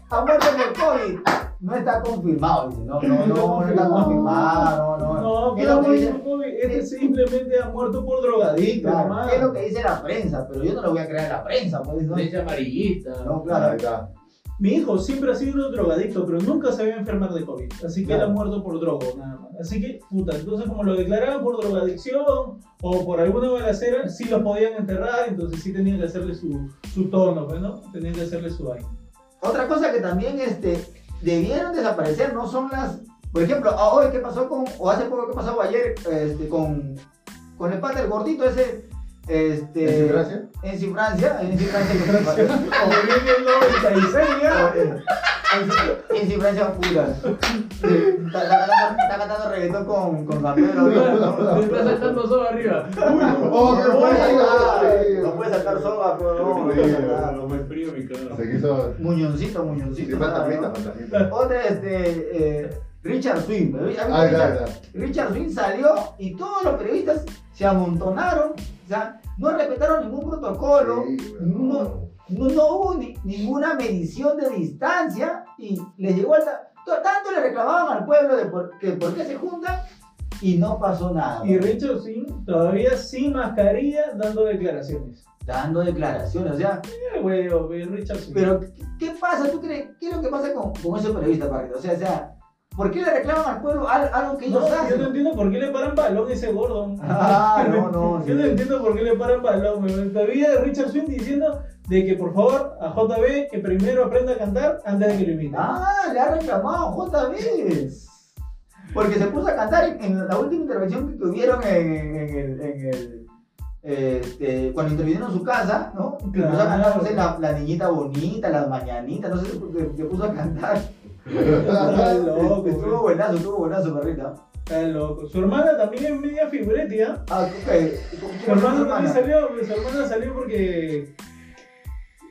Speaker 4: ha muerto por COVID. No está confirmado, dice. No, no, no, no está confirmado. No, no.
Speaker 1: No,
Speaker 4: es
Speaker 1: pero
Speaker 4: lo
Speaker 1: no
Speaker 4: que dice,
Speaker 1: por COVID, este simplemente ha muerto por drogadicto,
Speaker 4: eh, claro,
Speaker 1: hermano.
Speaker 4: es lo que dice la prensa, pero yo no lo voy a creer a la prensa, pues. No,
Speaker 2: Leche amarillista.
Speaker 4: no claro.
Speaker 1: Mi hijo siempre ha sido un drogadicto, pero nunca se había enfermar de COVID. Así que él ha muerto por drogo, nada más. Así que, puta, entonces como lo declaraban por drogadicción o por alguna balacera, sí los podían enterrar, entonces sí tenían que hacerle su, su tono, pues, ¿no? Tenían que hacerle su vaina.
Speaker 4: Otra cosa que también este, debieron desaparecer no son las. Por ejemplo, ah, hoy, ¿qué pasó con.? O hace poco, ¿qué pasó ayer? Este, con, con el pata, el gordito ese. Este, En Francia. En Francia.
Speaker 1: Como viene el 96 ya,
Speaker 4: Eh, En, en Francia pura. Está, está cantando, está cantando reggaetón con, con Campero.
Speaker 2: Me
Speaker 4: ¿no?
Speaker 2: está saltando solo arriba. Uy,
Speaker 5: ¡Oh, qué
Speaker 4: No puede saltar,
Speaker 5: bueno!
Speaker 4: no puede saltar soga, pero no, no puede saltar.
Speaker 2: no, me frío mi cabrón.
Speaker 5: Se quiso.
Speaker 4: Muñoncito,
Speaker 5: Sí,
Speaker 4: muñoncito.
Speaker 5: fantasmita,
Speaker 4: ¿no?
Speaker 5: fantasmita.
Speaker 4: Otra, este, eh, Richard Swing. ¿Has visto
Speaker 5: Ah,
Speaker 4: Richard?
Speaker 5: ya,
Speaker 4: Richard Swing salió y todos los periodistas se amontonaron, o sea, no respetaron ningún protocolo, no, no, no hubo ni- ninguna medición de distancia y les llegó hasta... to- Tanto le reclamaban al pueblo de por, que por qué se juntan y no pasó nada.
Speaker 1: Y Richard Singh todavía sin mascarilla dando declaraciones.
Speaker 4: Dando declaraciones, o sea,
Speaker 1: Eh, huevo, eh, Richard Singh.
Speaker 4: pero ¿qué- ¿qué pasa? ¿Tú crees? ¿Qué es lo que pasa con, con esos periodistas, Parker? O sea, o sea, ¿por qué le reclaman al pueblo al- algo que ellos
Speaker 1: No, yo
Speaker 4: hacen?
Speaker 1: no entiendo por qué le paran balón a ese gordo.
Speaker 4: Ah,
Speaker 1: [LAUGHS]
Speaker 4: no, no.
Speaker 1: Yo no
Speaker 4: sí.
Speaker 1: entiendo por qué le paran balón. weón. Todavía Richard Swin diciendo de que por favor a JB que primero aprenda a cantar antes de que lo imiten.
Speaker 4: Ah, le ha reclamado JB. Porque se puso a cantar en, en la última intervención que tuvieron en, en el. en el- este, cuando intervinieron en su casa, ¿no? Se puso a cantar, no sé, la, la niñita bonita, las mañanitas, no sé, se, se puso a cantar.
Speaker 1: Está loco,
Speaker 4: estuvo
Speaker 1: weón.
Speaker 4: buenazo, estuvo buenazo, perrita.
Speaker 1: Está loco. Su hermana también es media fibretti, ¿ah?
Speaker 4: Ah, ok.
Speaker 1: Su hermana también salió, su hermana salió porque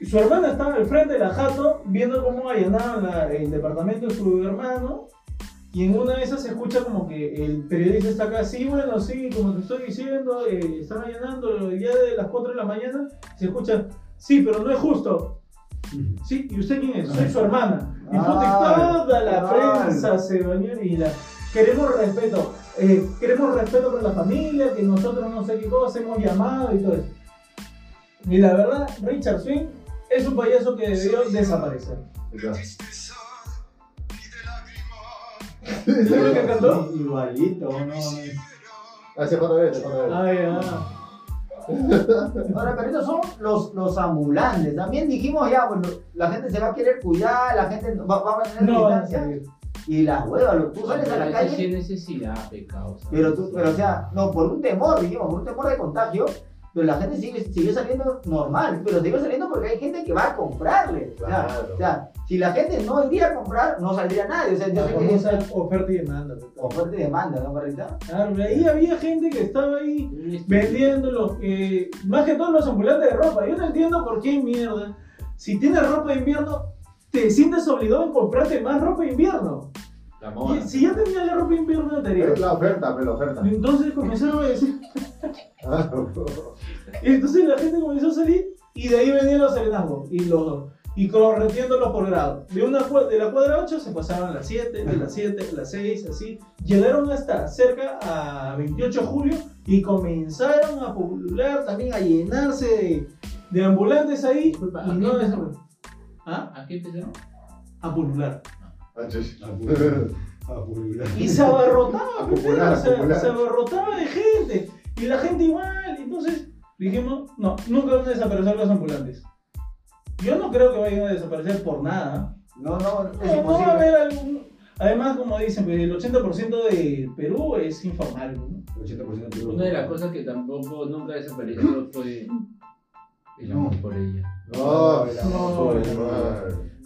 Speaker 1: su hermana estaba al frente de la jato viendo cómo allanaban la- el departamento de su hermano y en una de esas se escucha como que el periodista está acá, sí, bueno, sí, como te estoy diciendo, eh, están allanando el día de las 4 de la mañana, se escucha, sí, pero no es justo. Sí, ¿y usted quién es? Soy su hermana. Y puta,
Speaker 4: Ay,
Speaker 1: toda la
Speaker 4: ay.
Speaker 1: prensa se bañó y la... Queremos respeto, eh, queremos respeto por la familia, que nosotros no sé qué cosa hemos llamado y todo eso. Y la verdad, Richard Swing es un payaso que debió desaparecer. ¿Sabes lo que cantó?
Speaker 4: Igualito, no, no.
Speaker 5: Hace cuatro veces, cuatro veces.
Speaker 1: Ay, ah.
Speaker 4: Ahora, pero estos son los, los ambulantes. También dijimos ya, bueno, la gente se va a querer cuidar, la gente no- va, va a mantener
Speaker 1: No, van a
Speaker 4: distancia.
Speaker 1: salir.
Speaker 4: Y las huevas, lo- tú sales a la
Speaker 2: Qué
Speaker 4: calle,
Speaker 2: necesidad, pecado. ¿sabes?
Speaker 4: pero tú, pero o sea, no, por un temor, dijimos, por un temor de contagio, pero la gente sigue, siguió saliendo normal, pero siguió saliendo porque hay gente que va a comprarle. O sea,
Speaker 5: Claro.
Speaker 4: o sea, si la gente no iría a comprar, no saldría nadie. O sea, yo
Speaker 1: La
Speaker 4: sé que es
Speaker 1: famosa oferta y demanda. pues.
Speaker 4: oferta y demanda, ¿no, perrita?
Speaker 1: Claro, ahí había gente que estaba ahí
Speaker 2: Un estúpido.
Speaker 1: vendiendo los, eh, más que todos los ambulantes de ropa. Yo no entiendo por qué mierda. Si tienes ropa de invierno, te sientes obligado a comprarte más ropa de invierno.
Speaker 2: La
Speaker 1: Y
Speaker 2: moda.
Speaker 1: si ya tenía la ropa de invierno
Speaker 5: Pero
Speaker 1: anterior.
Speaker 5: La oferta, pero la oferta.
Speaker 1: Entonces comenzaron a decir,
Speaker 5: Ah, [LAUGHS]
Speaker 1: y entonces la gente comenzó a salir y de ahí venían los serenazgos y los dos. Y corretiéndolos por grado. De, una, cua- de la cuadra 8 se pasaron a las 7, de las 7, a las 6, así. Llegaron hasta cerca a 28 de julio y comenzaron a popular, también a llenarse de, de ambulantes ahí.
Speaker 2: Disculpa,
Speaker 1: y
Speaker 2: ¿a
Speaker 1: no
Speaker 2: qué
Speaker 1: es-
Speaker 2: empezaron?
Speaker 1: ¿Ah?
Speaker 2: ¿A qué empezaron?
Speaker 1: A popular.
Speaker 5: ah, chus.
Speaker 1: Y se abarrotaba,
Speaker 5: A
Speaker 1: pues,
Speaker 5: popular,
Speaker 1: o sea,
Speaker 5: a popular.
Speaker 1: se abarrotaba de gente. Y la gente igual. Entonces dijimos, no, nunca van a desaparecer los ambulantes. Yo no creo que vayan a desaparecer por nada.
Speaker 4: No, no,
Speaker 1: No,
Speaker 4: es
Speaker 1: no va a
Speaker 4: imposible.
Speaker 1: haber algún... Además, como dicen, pues, el 80% de Perú es informal. ¿no?
Speaker 3: 80% de
Speaker 2: Una de las cosas que tampoco nunca desapareció fue el amor por ella.
Speaker 5: No,
Speaker 1: No,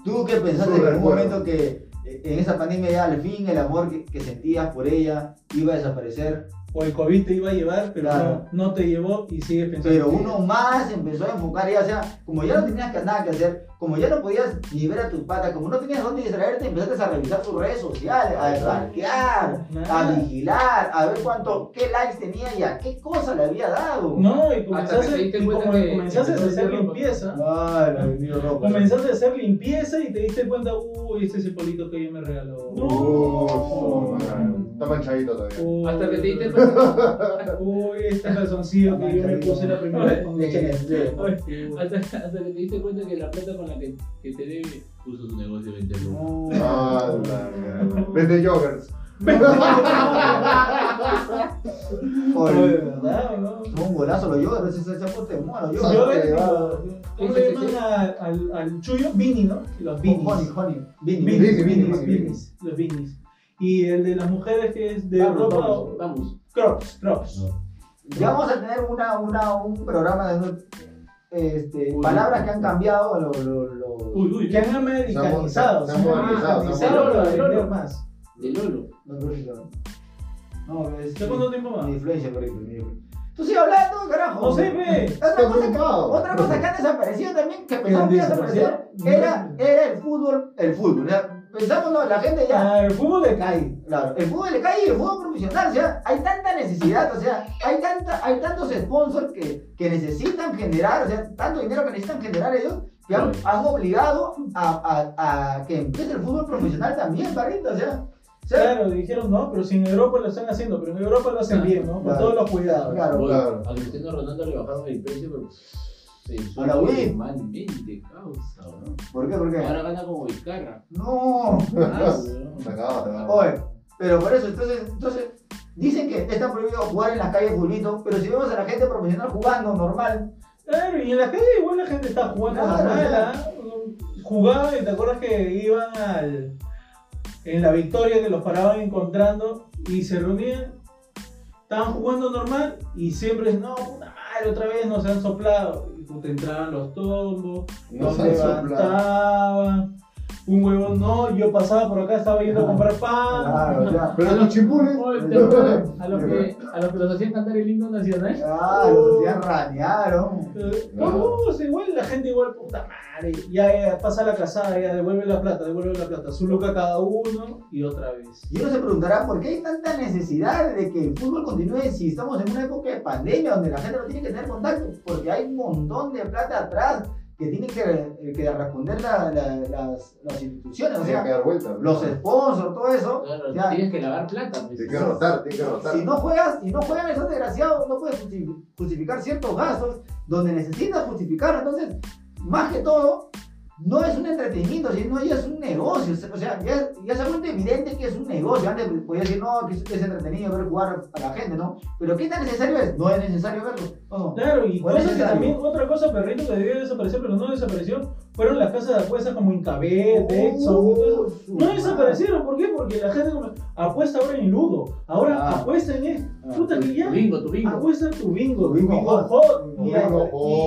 Speaker 4: ¿Tú qué pensaste
Speaker 5: Solo
Speaker 4: en algún
Speaker 5: recuerdo.
Speaker 4: momento que eh, en esa pandemia ya al fin el amor que, que sentías por ella iba a desaparecer?
Speaker 1: O el COVID te iba a llevar, pero
Speaker 4: Claro.
Speaker 1: no, no te llevó y sigues pensando.
Speaker 4: Pero uno más empezó a enfocar ya, o sea, como ya no tenías que- nada que hacer, como ya no podías ni ver a tus patas, como no tenías dónde distraerte, empezaste a revisar tus redes sociales, a desbarquear, a
Speaker 1: Nada.
Speaker 4: vigilar, a ver cuánto, qué likes tenía ya, qué cosa le había dado.
Speaker 1: No, y
Speaker 2: Hasta que te
Speaker 1: comenzaste,
Speaker 2: diste
Speaker 1: y
Speaker 2: cuenta
Speaker 1: como-
Speaker 2: que-
Speaker 1: comenzaste
Speaker 2: que
Speaker 1: a
Speaker 2: no
Speaker 1: hacer
Speaker 2: te ropa.
Speaker 1: limpieza.
Speaker 4: Ay, pues. la vendió ropa.
Speaker 1: Comenzaste a hacer limpieza y te diste cuenta, uy, este es el polito que ella me regaló.
Speaker 5: Oh, man. Está manchadito todavía.
Speaker 1: Uy,
Speaker 2: Hasta que te diste cuenta,
Speaker 1: Uy, este calzoncillo que yo me puse la primera vez cuando llegué.
Speaker 2: hasta, hasta que te diste cuenta que la plata con la que, que te debe puso su negocio de venderlo.
Speaker 5: Ah, la mierda. Vende joggers.
Speaker 1: Pero de verdad, ¿no?
Speaker 4: Un golazo lo yo, a veces se ha puesto de moda lo Este,
Speaker 1: Yo
Speaker 4: yo.
Speaker 1: le digo, ¿cómo le llaman a- al, al chullo? Vini, ¿no? Los vinis.
Speaker 4: Honey, honey. Vini,
Speaker 1: Vinis,
Speaker 4: vini,
Speaker 1: vinis,
Speaker 4: vini,
Speaker 1: vinis,
Speaker 4: vini.
Speaker 1: vinis, los vinis. Y el de las mujeres que es de
Speaker 2: Vamos,
Speaker 1: ropa,
Speaker 2: vamos, vamos.
Speaker 1: Ah, crocs, crocs.
Speaker 4: Ya vamos a tener una, una, un programa de este,
Speaker 2: Uy.
Speaker 4: palabras que han cambiado lo- lo- lo-
Speaker 1: Uy, uy, que han americanizado.
Speaker 5: Se han modernizado,
Speaker 1: se
Speaker 5: se han
Speaker 1: han
Speaker 5: modernizado.
Speaker 1: modernizado para vender más.
Speaker 2: De Lolo.
Speaker 4: los gráficos. No, es
Speaker 1: ¿Está cuánto tiempo
Speaker 4: mi
Speaker 1: más?
Speaker 4: influencia, correcto. mi influencia. Tú sigues hablando, carajo.
Speaker 1: No sé, ve.
Speaker 4: Otra
Speaker 5: Está
Speaker 4: cosa, que,
Speaker 5: preocupado.
Speaker 4: otra cosa que ha desaparecido también, que pensamos que iba a desaparecer,
Speaker 1: desapareció.
Speaker 4: era, era el fútbol, el fútbol. O sea, pensamos, no, la gente ya,
Speaker 1: Claro, Ah, el fútbol le cae.
Speaker 4: Claro, el fútbol de calle y el fútbol profesional, o sea, hay tanta necesidad, o sea, hay, tanta, hay tantos sponsors que, que necesitan generar, o sea, tanto dinero que necesitan generar ellos, que han, han obligado a, a- a que empiece el fútbol profesional también, parrita, o sea, o sea,
Speaker 1: Claro, dijeron no, pero si en Europa lo están haciendo, pero en Europa lo hacen
Speaker 2: Claro.
Speaker 1: bien, ¿no? Con
Speaker 4: Ah, Claro.
Speaker 1: todos los cuidados.
Speaker 4: Claro.
Speaker 2: Oye,
Speaker 5: Claro.
Speaker 2: A Cristiano Ronaldo le bajaron el precio, pero se hizo
Speaker 4: Ahora, güey.
Speaker 2: malmente, causa. ¿no?
Speaker 4: ¿por qué? ¿Por qué?
Speaker 2: Ahora gana como
Speaker 5: [LAUGHS]
Speaker 2: Vizcarra. Ah,
Speaker 4: No,
Speaker 5: Se acaba, se acaba.
Speaker 4: oye, pero por eso, entonces, entonces, dicen que está prohibido jugar en las calles fulito, pero si vemos a la gente profesional jugando normal,
Speaker 1: Claro, y en la calle igual la gente está jugando
Speaker 4: Claro,
Speaker 1: normal, ¿ah? Jugaba y te acuerdas que iban al. En la victoria que los paraban encontrando y se reunían. Estaban jugando normal y siempre, no, una madre, otra vez nos han soplado. Y puta, entraban los tombos,
Speaker 5: No
Speaker 1: nos
Speaker 5: se han soplado.
Speaker 1: levantaban. Un huevón, no, yo pasaba por acá, estaba yendo a comprar pan.
Speaker 4: claro, o sea,
Speaker 5: Pero los chimpunes.
Speaker 2: Oye, ¿te acuerdas? Oh, A los que, a los que los hacían cantar el himno nacional.
Speaker 4: claro, se ranearon.
Speaker 1: Eh, No,
Speaker 5: No.
Speaker 1: o sea, igual la gente igual, puta madre, ya, ya, pasa la casada, ya devuelve la plata, devuelve la plata, su loca cada uno y otra vez.
Speaker 4: Y uno se preguntará por qué hay tanta necesidad de que el fútbol continúe si estamos en una época de pandemia donde la gente no tiene que tener contacto, porque hay un montón de plata atrás que tienen que, que responder la- la- las, las instituciones, o
Speaker 5: Tiene que
Speaker 4: sea,
Speaker 5: dar vuelta.
Speaker 4: los sponsors, todo eso.
Speaker 2: Claro,
Speaker 4: Ya.
Speaker 2: tienes que lavar plata. pues.
Speaker 5: Tiene que rotar, tiene que rotar.
Speaker 4: Si no juegas, si no juegas, esos desgraciados no puedes justi- justificar ciertos gastos donde necesitas justificar. Entonces, más que todo, no es un entretenimiento, sino ya es un negocio. O sea, ya, ya se ha vuelto evidente que es un negocio. Antes podía decir, no, que es, que es entretenido ver jugar a la gente, ¿no? Pero ¿qué tan necesario es? No es necesario verlo. No.
Speaker 1: Claro, y
Speaker 4: Bueno,
Speaker 1: cosas que
Speaker 4: claro.
Speaker 1: también, otra cosa, perrito, que debió desaparecer, pero no desapareció, fueron las casas de apuestas como Incabet, Exxon, y todo eso.
Speaker 4: Oh, su
Speaker 1: No
Speaker 4: madre.
Speaker 1: desaparecieron, ¿por qué? Porque la gente como, apuesta ahora en Ludo, ahora
Speaker 4: Ah.
Speaker 1: apuesta en esto,
Speaker 4: Ah,
Speaker 1: puta que
Speaker 2: Tu
Speaker 1: ya,
Speaker 2: bingo, tu bingo.
Speaker 1: apuesta en tu bingo,
Speaker 4: Tu bingo hot.
Speaker 1: hot, y, la-
Speaker 5: Bingo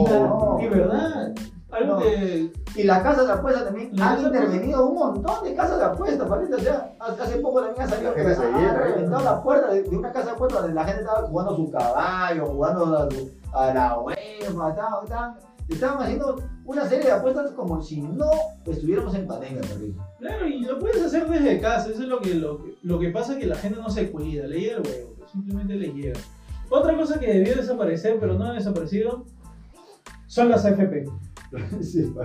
Speaker 1: y la-
Speaker 4: hot.
Speaker 1: y verdad, algo
Speaker 4: No.
Speaker 1: que
Speaker 4: Y las casas de apuestas también
Speaker 1: Las
Speaker 4: han
Speaker 1: casas de
Speaker 4: intervenido un montón de casas de apuestas, parece. O sea, hace hace poco también ha salido
Speaker 5: La
Speaker 4: que
Speaker 5: gente se
Speaker 4: ha
Speaker 5: llena,
Speaker 4: reventado
Speaker 5: ¿eh?
Speaker 4: la puerta de, de una casa de apuestas donde la gente estaba jugando a su caballo, jugando a, su- a la UEFA, estaban, estaban- estaban haciendo una serie de apuestas como si no estuviéramos en pandemia, [LAUGHS] parece.
Speaker 1: Claro, y lo puedes hacer desde casa, eso es lo que, lo, que- lo que pasa que la gente no se cuida, le llega el huevo, simplemente le llega. Otra cosa que debió desaparecer, pero no ha desaparecido, son las FP.
Speaker 4: pues.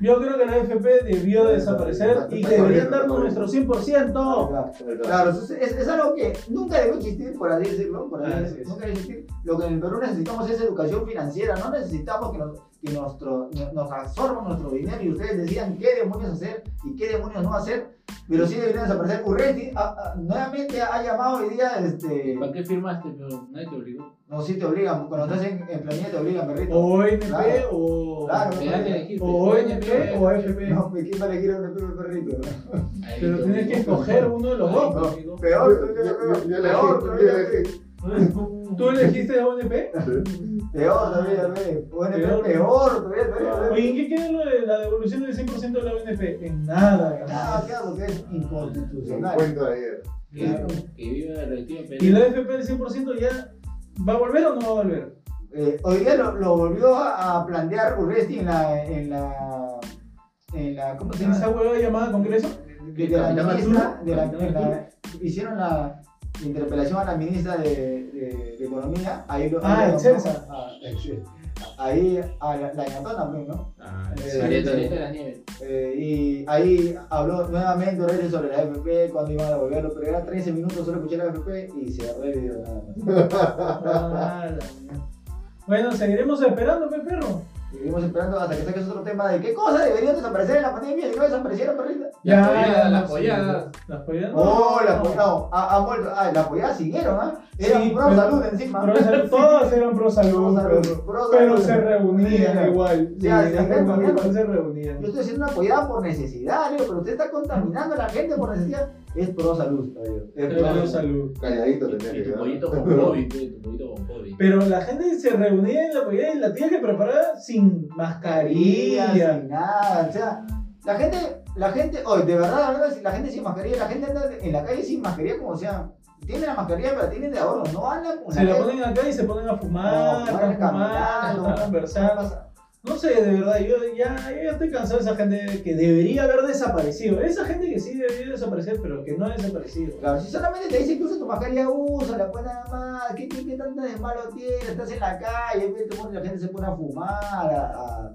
Speaker 1: Yo creo que la FP debió desaparecer y
Speaker 5: Está
Speaker 1: deberían
Speaker 5: corriendo,
Speaker 1: darnos
Speaker 5: está
Speaker 1: nuestro 100%.
Speaker 4: Claro, eso es, es- es algo que nunca debió existir, por así decirlo, por así
Speaker 1: Así
Speaker 4: decirlo,
Speaker 1: es.
Speaker 4: nunca debió existir. Lo que en el Perú necesitamos es educación financiera, no necesitamos que nos, que nuestro, nos absorban nuestro dinero y ustedes decían qué demonios hacer y qué demonios no hacer, pero sí deberían desaparecer. Urresti ah, ah, nuevamente ha llamado hoy día, este,
Speaker 2: ¿Para qué firmaste? Pero nadie te obligó.
Speaker 4: no, sí te obligan, cuando estás en, en planilla te obligan, perrito.
Speaker 1: O ONP
Speaker 4: Claro.
Speaker 1: o,
Speaker 4: Claro.
Speaker 2: Me dan a elegir.
Speaker 1: o ONP o FP.
Speaker 4: No, me quita elegir a un perrito.
Speaker 1: Pero tienes que escoger uno de los dos.
Speaker 4: No.
Speaker 1: amigo.
Speaker 4: Peor,
Speaker 5: Yo- yo- yo- yo elegí,
Speaker 4: peor,
Speaker 5: yo
Speaker 4: todavía,
Speaker 5: elegí.
Speaker 1: ¿Tú elegiste ONP?
Speaker 4: peor todavía, pe. ONP,
Speaker 1: Peor.
Speaker 4: peor todavía, todavía.
Speaker 1: Oye, ¿en qué queda lo de la devolución del 100% de la ONP? En nada,
Speaker 4: Ah,
Speaker 1: carajo.
Speaker 4: claro, que es
Speaker 5: Un
Speaker 4: inconstitucional.
Speaker 5: cuento de ayer.
Speaker 2: Que, que viva el retiro
Speaker 1: ¿Y la
Speaker 2: penal.
Speaker 1: FP del 100% ya va a volver o no va a volver?
Speaker 4: Eh, hoy día lo, lo volvió a, a plantear Urresti en la, en la, en la, ¿cómo se
Speaker 1: ¿En esa
Speaker 4: llama?
Speaker 1: hueva llamada
Speaker 4: [LAUGHS]
Speaker 1: Congreso?
Speaker 4: De, de la ministra, de la, en la- hicieron la interpelación a la ministra de, de, de Economía, ahí lo...
Speaker 1: Ah,
Speaker 4: ahí lo-
Speaker 1: Excelsa.
Speaker 4: Ah, Excel. Ahí, a la, la ñatona, pues, ¿no?
Speaker 2: Ah,
Speaker 4: Eh,
Speaker 2: María Antonieta de las Nieves.
Speaker 4: Eh, y ahí habló nuevamente Urresti sobre la FP, cuando iban a devolverlo, pero era 13 minutos, solo escuché la FP y se arregló el video, nada más.
Speaker 1: Ah, la mierda. Bueno, seguiremos esperando, pe perro.
Speaker 4: Seguimos esperando hasta que saques otro tema de qué cosas deberían desaparecer en la pandemia y no desaparecieron, perrita.
Speaker 2: Las
Speaker 1: Ya,
Speaker 2: polladas,
Speaker 1: no
Speaker 2: las
Speaker 1: sé.
Speaker 2: polladas.
Speaker 1: Las polladas.
Speaker 4: Oh, la apoyada, no, ha, ha muerto. Ah, la apoyada siguieron, ¿ah? Era
Speaker 1: Sí,
Speaker 4: pro
Speaker 1: pero-
Speaker 4: salud encima.
Speaker 1: Pro salud, todas eran pro
Speaker 4: Pro
Speaker 1: salud,
Speaker 4: salud,
Speaker 1: perro.
Speaker 4: pro
Speaker 1: pero
Speaker 4: salud.
Speaker 1: se reunían
Speaker 4: Mira,
Speaker 1: igual. Sí,
Speaker 4: Ya, se
Speaker 1: las
Speaker 4: reunían.
Speaker 1: reuniones igual se
Speaker 4: Yo
Speaker 1: reunían.
Speaker 4: estoy haciendo una apoyada por necesidad, Leo, pero usted está contaminando a la gente por necesidad. Es pro salud, Javier.
Speaker 5: Es
Speaker 1: Pero
Speaker 5: plan,
Speaker 1: salud.
Speaker 5: Calladito te
Speaker 2: Y
Speaker 5: tiene que
Speaker 2: tu
Speaker 5: dar.
Speaker 2: pollito
Speaker 5: [LAUGHS]
Speaker 2: con COVID, güey, tu pollito con COVID.
Speaker 1: Pero la gente se reunía en la pollera y la tía que preparaba sin mascarilla.
Speaker 4: Mascarillas, sin nada. O sea, la gente, la gente, hoy, de verdad, la verdad, si la gente sin mascarilla, la gente anda en la calle sin mascarilla, como sea. Tienen la mascarilla, pero la tienen de ahorro, no andan con
Speaker 1: Se la
Speaker 4: gente.
Speaker 1: ponen acá y se ponen a
Speaker 4: No,
Speaker 1: fumar,
Speaker 4: van
Speaker 1: están
Speaker 4: caminando,
Speaker 1: fumando, están
Speaker 4: no
Speaker 1: conversando.
Speaker 4: pasa-
Speaker 1: No sé, de verdad, yo ya, yo ya estoy cansado de esa gente que debería haber desaparecido. Esa gente que sí debería desaparecer, pero que no ha desaparecido.
Speaker 4: Claro, si solamente te dicen que usa tu mascarilla, usa, la puedes nada más, ¿qué, qué, qué tanto de malo tiene? Estás en la calle, ve, te pone- la gente se pone a fumar, a, a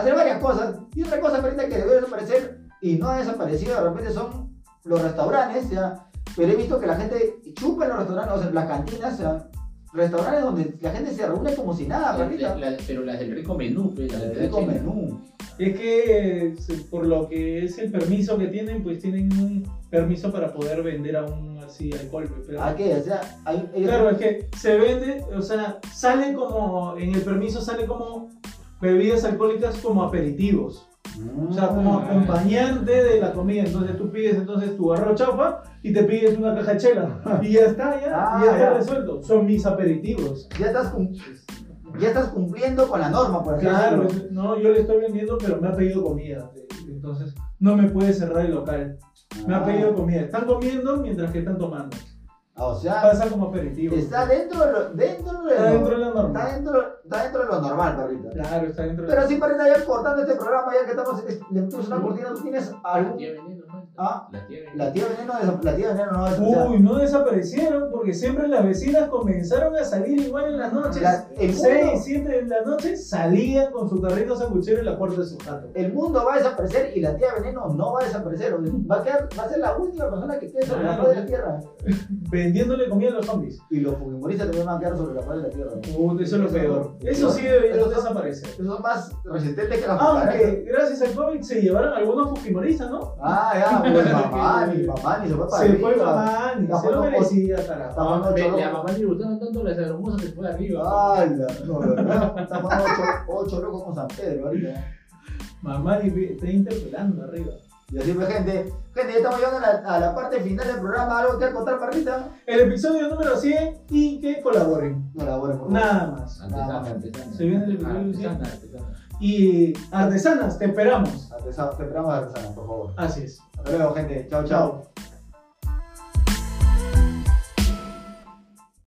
Speaker 4: hacer varias cosas. Y otra cosa ahorita que debe desaparecer y no ha desaparecido de repente son los restaurantes, ya. Pero he visto que la gente chupa en los restaurantes, o sea, las cantinas, ya. Restaurantes donde la gente se reúne como si nada,
Speaker 2: La-
Speaker 4: perrita.
Speaker 2: la- pero las del rico menú, pues, las
Speaker 4: El
Speaker 2: del
Speaker 4: rico
Speaker 2: rico menú.
Speaker 4: menú.
Speaker 1: Es que eh, se- por lo que es el permiso que tienen, pues tienen un permiso para poder vender aún así alcohol. pues, Pero,
Speaker 4: ¿A qué? O sea, hay, ellos-
Speaker 1: claro, es que se vende, o sea, sale como, en el permiso sale como bebidas alcohólicas como aperitivos. O sea, como
Speaker 2: Ah.
Speaker 1: acompañante de la comida. Entonces tú pides entonces tu arroz chaufa y te pides una caja de
Speaker 4: [LAUGHS]
Speaker 1: chela. Y ya está, ya,
Speaker 4: Ah,
Speaker 1: y ya está
Speaker 4: ya.
Speaker 1: resuelto. Son mis aperitivos.
Speaker 4: Mm, ya, estás cum- ya estás cumpliendo con la norma, por así
Speaker 1: Claro,
Speaker 4: decirlo.
Speaker 1: es- no, yo le estoy vendiendo, pero me ha pedido comida. Entonces no me puede cerrar el local. Me ha
Speaker 4: Ah.
Speaker 1: pedido comida. Están comiendo mientras que están tomando.
Speaker 4: Ah, O sea,
Speaker 1: Pasa como aperitivo.
Speaker 4: está dentro de lo, dentro de
Speaker 1: Está
Speaker 4: lo-
Speaker 1: dentro de la
Speaker 4: está
Speaker 1: norma.
Speaker 4: dentro, está dentro de lo normal, perrito.
Speaker 1: Claro, está dentro de la
Speaker 4: Pero sí, perrito, ya cortando este programa, ya que estamos es- le puse una cortina, ¿tú tienes
Speaker 2: La
Speaker 4: algún?
Speaker 2: tía veneno, ¿no?
Speaker 4: Ah,
Speaker 2: La tía veneno.
Speaker 4: la tía veneno, desa- la tía veneno no es.
Speaker 1: Uy, no desaparecieron porque siempre las vecinas comenzaron a salir igual en las noches.
Speaker 4: el,
Speaker 1: 6,
Speaker 4: mundo,
Speaker 1: 7 de la noche salían con su carrito sanguchero en la puerta de su jato.
Speaker 4: el mundo va a desaparecer y la tía veneno no va a desaparecer. o sea, Va a, quedar- va a ser la última persona que quede sobre la
Speaker 1: Claro.
Speaker 4: faz de la tierra.
Speaker 1: Vendiéndole comida a los zombies.
Speaker 4: Y los fujimoristas también van a quedar sobre la faz de la tierra.
Speaker 1: Uy, eso es lo peor. Eso sí debería desaparecer.
Speaker 4: Esos son más resistentes que las cucarachas.
Speaker 1: Aunque gracias al COVID se llevaron algunos fujimoristas, ¿no?
Speaker 4: Ah, ya, [LAUGHS] pues mamá, ni papá, ni se fue para
Speaker 1: Se
Speaker 4: arriba.
Speaker 1: fue mamá, ni se lo
Speaker 4: Tampoco-
Speaker 1: merecía, tarado.
Speaker 4: Estaba
Speaker 2: Ah,
Speaker 4: en
Speaker 2: ve,
Speaker 4: ocho
Speaker 2: la
Speaker 4: locos.
Speaker 2: mamá le gustaban tanto las hermosas que fue arriba.
Speaker 4: ¡Hala! No, de verdad, estamos ocho, ocho locos con San Pedro ahorita. ¿eh?
Speaker 1: Mamá y ve- está interpelando arriba.
Speaker 4: Y así fue, gente. Gente, ya estamos llegando a la, a la parte final del programa. ¿Algo que contar, parrita?
Speaker 1: El episodio número 100 y que colaboren.
Speaker 4: No la voy a poner.
Speaker 1: Nada más.
Speaker 2: Artesana, artesana.
Speaker 1: Se viene
Speaker 2: Ah,
Speaker 1: el-
Speaker 2: Artesana, artesana.
Speaker 1: Y artesanas, te esperamos.
Speaker 4: Te esperamos a la por favor.
Speaker 1: Así es.
Speaker 4: Hasta luego, gente. Chao, chao.
Speaker 1: Chao.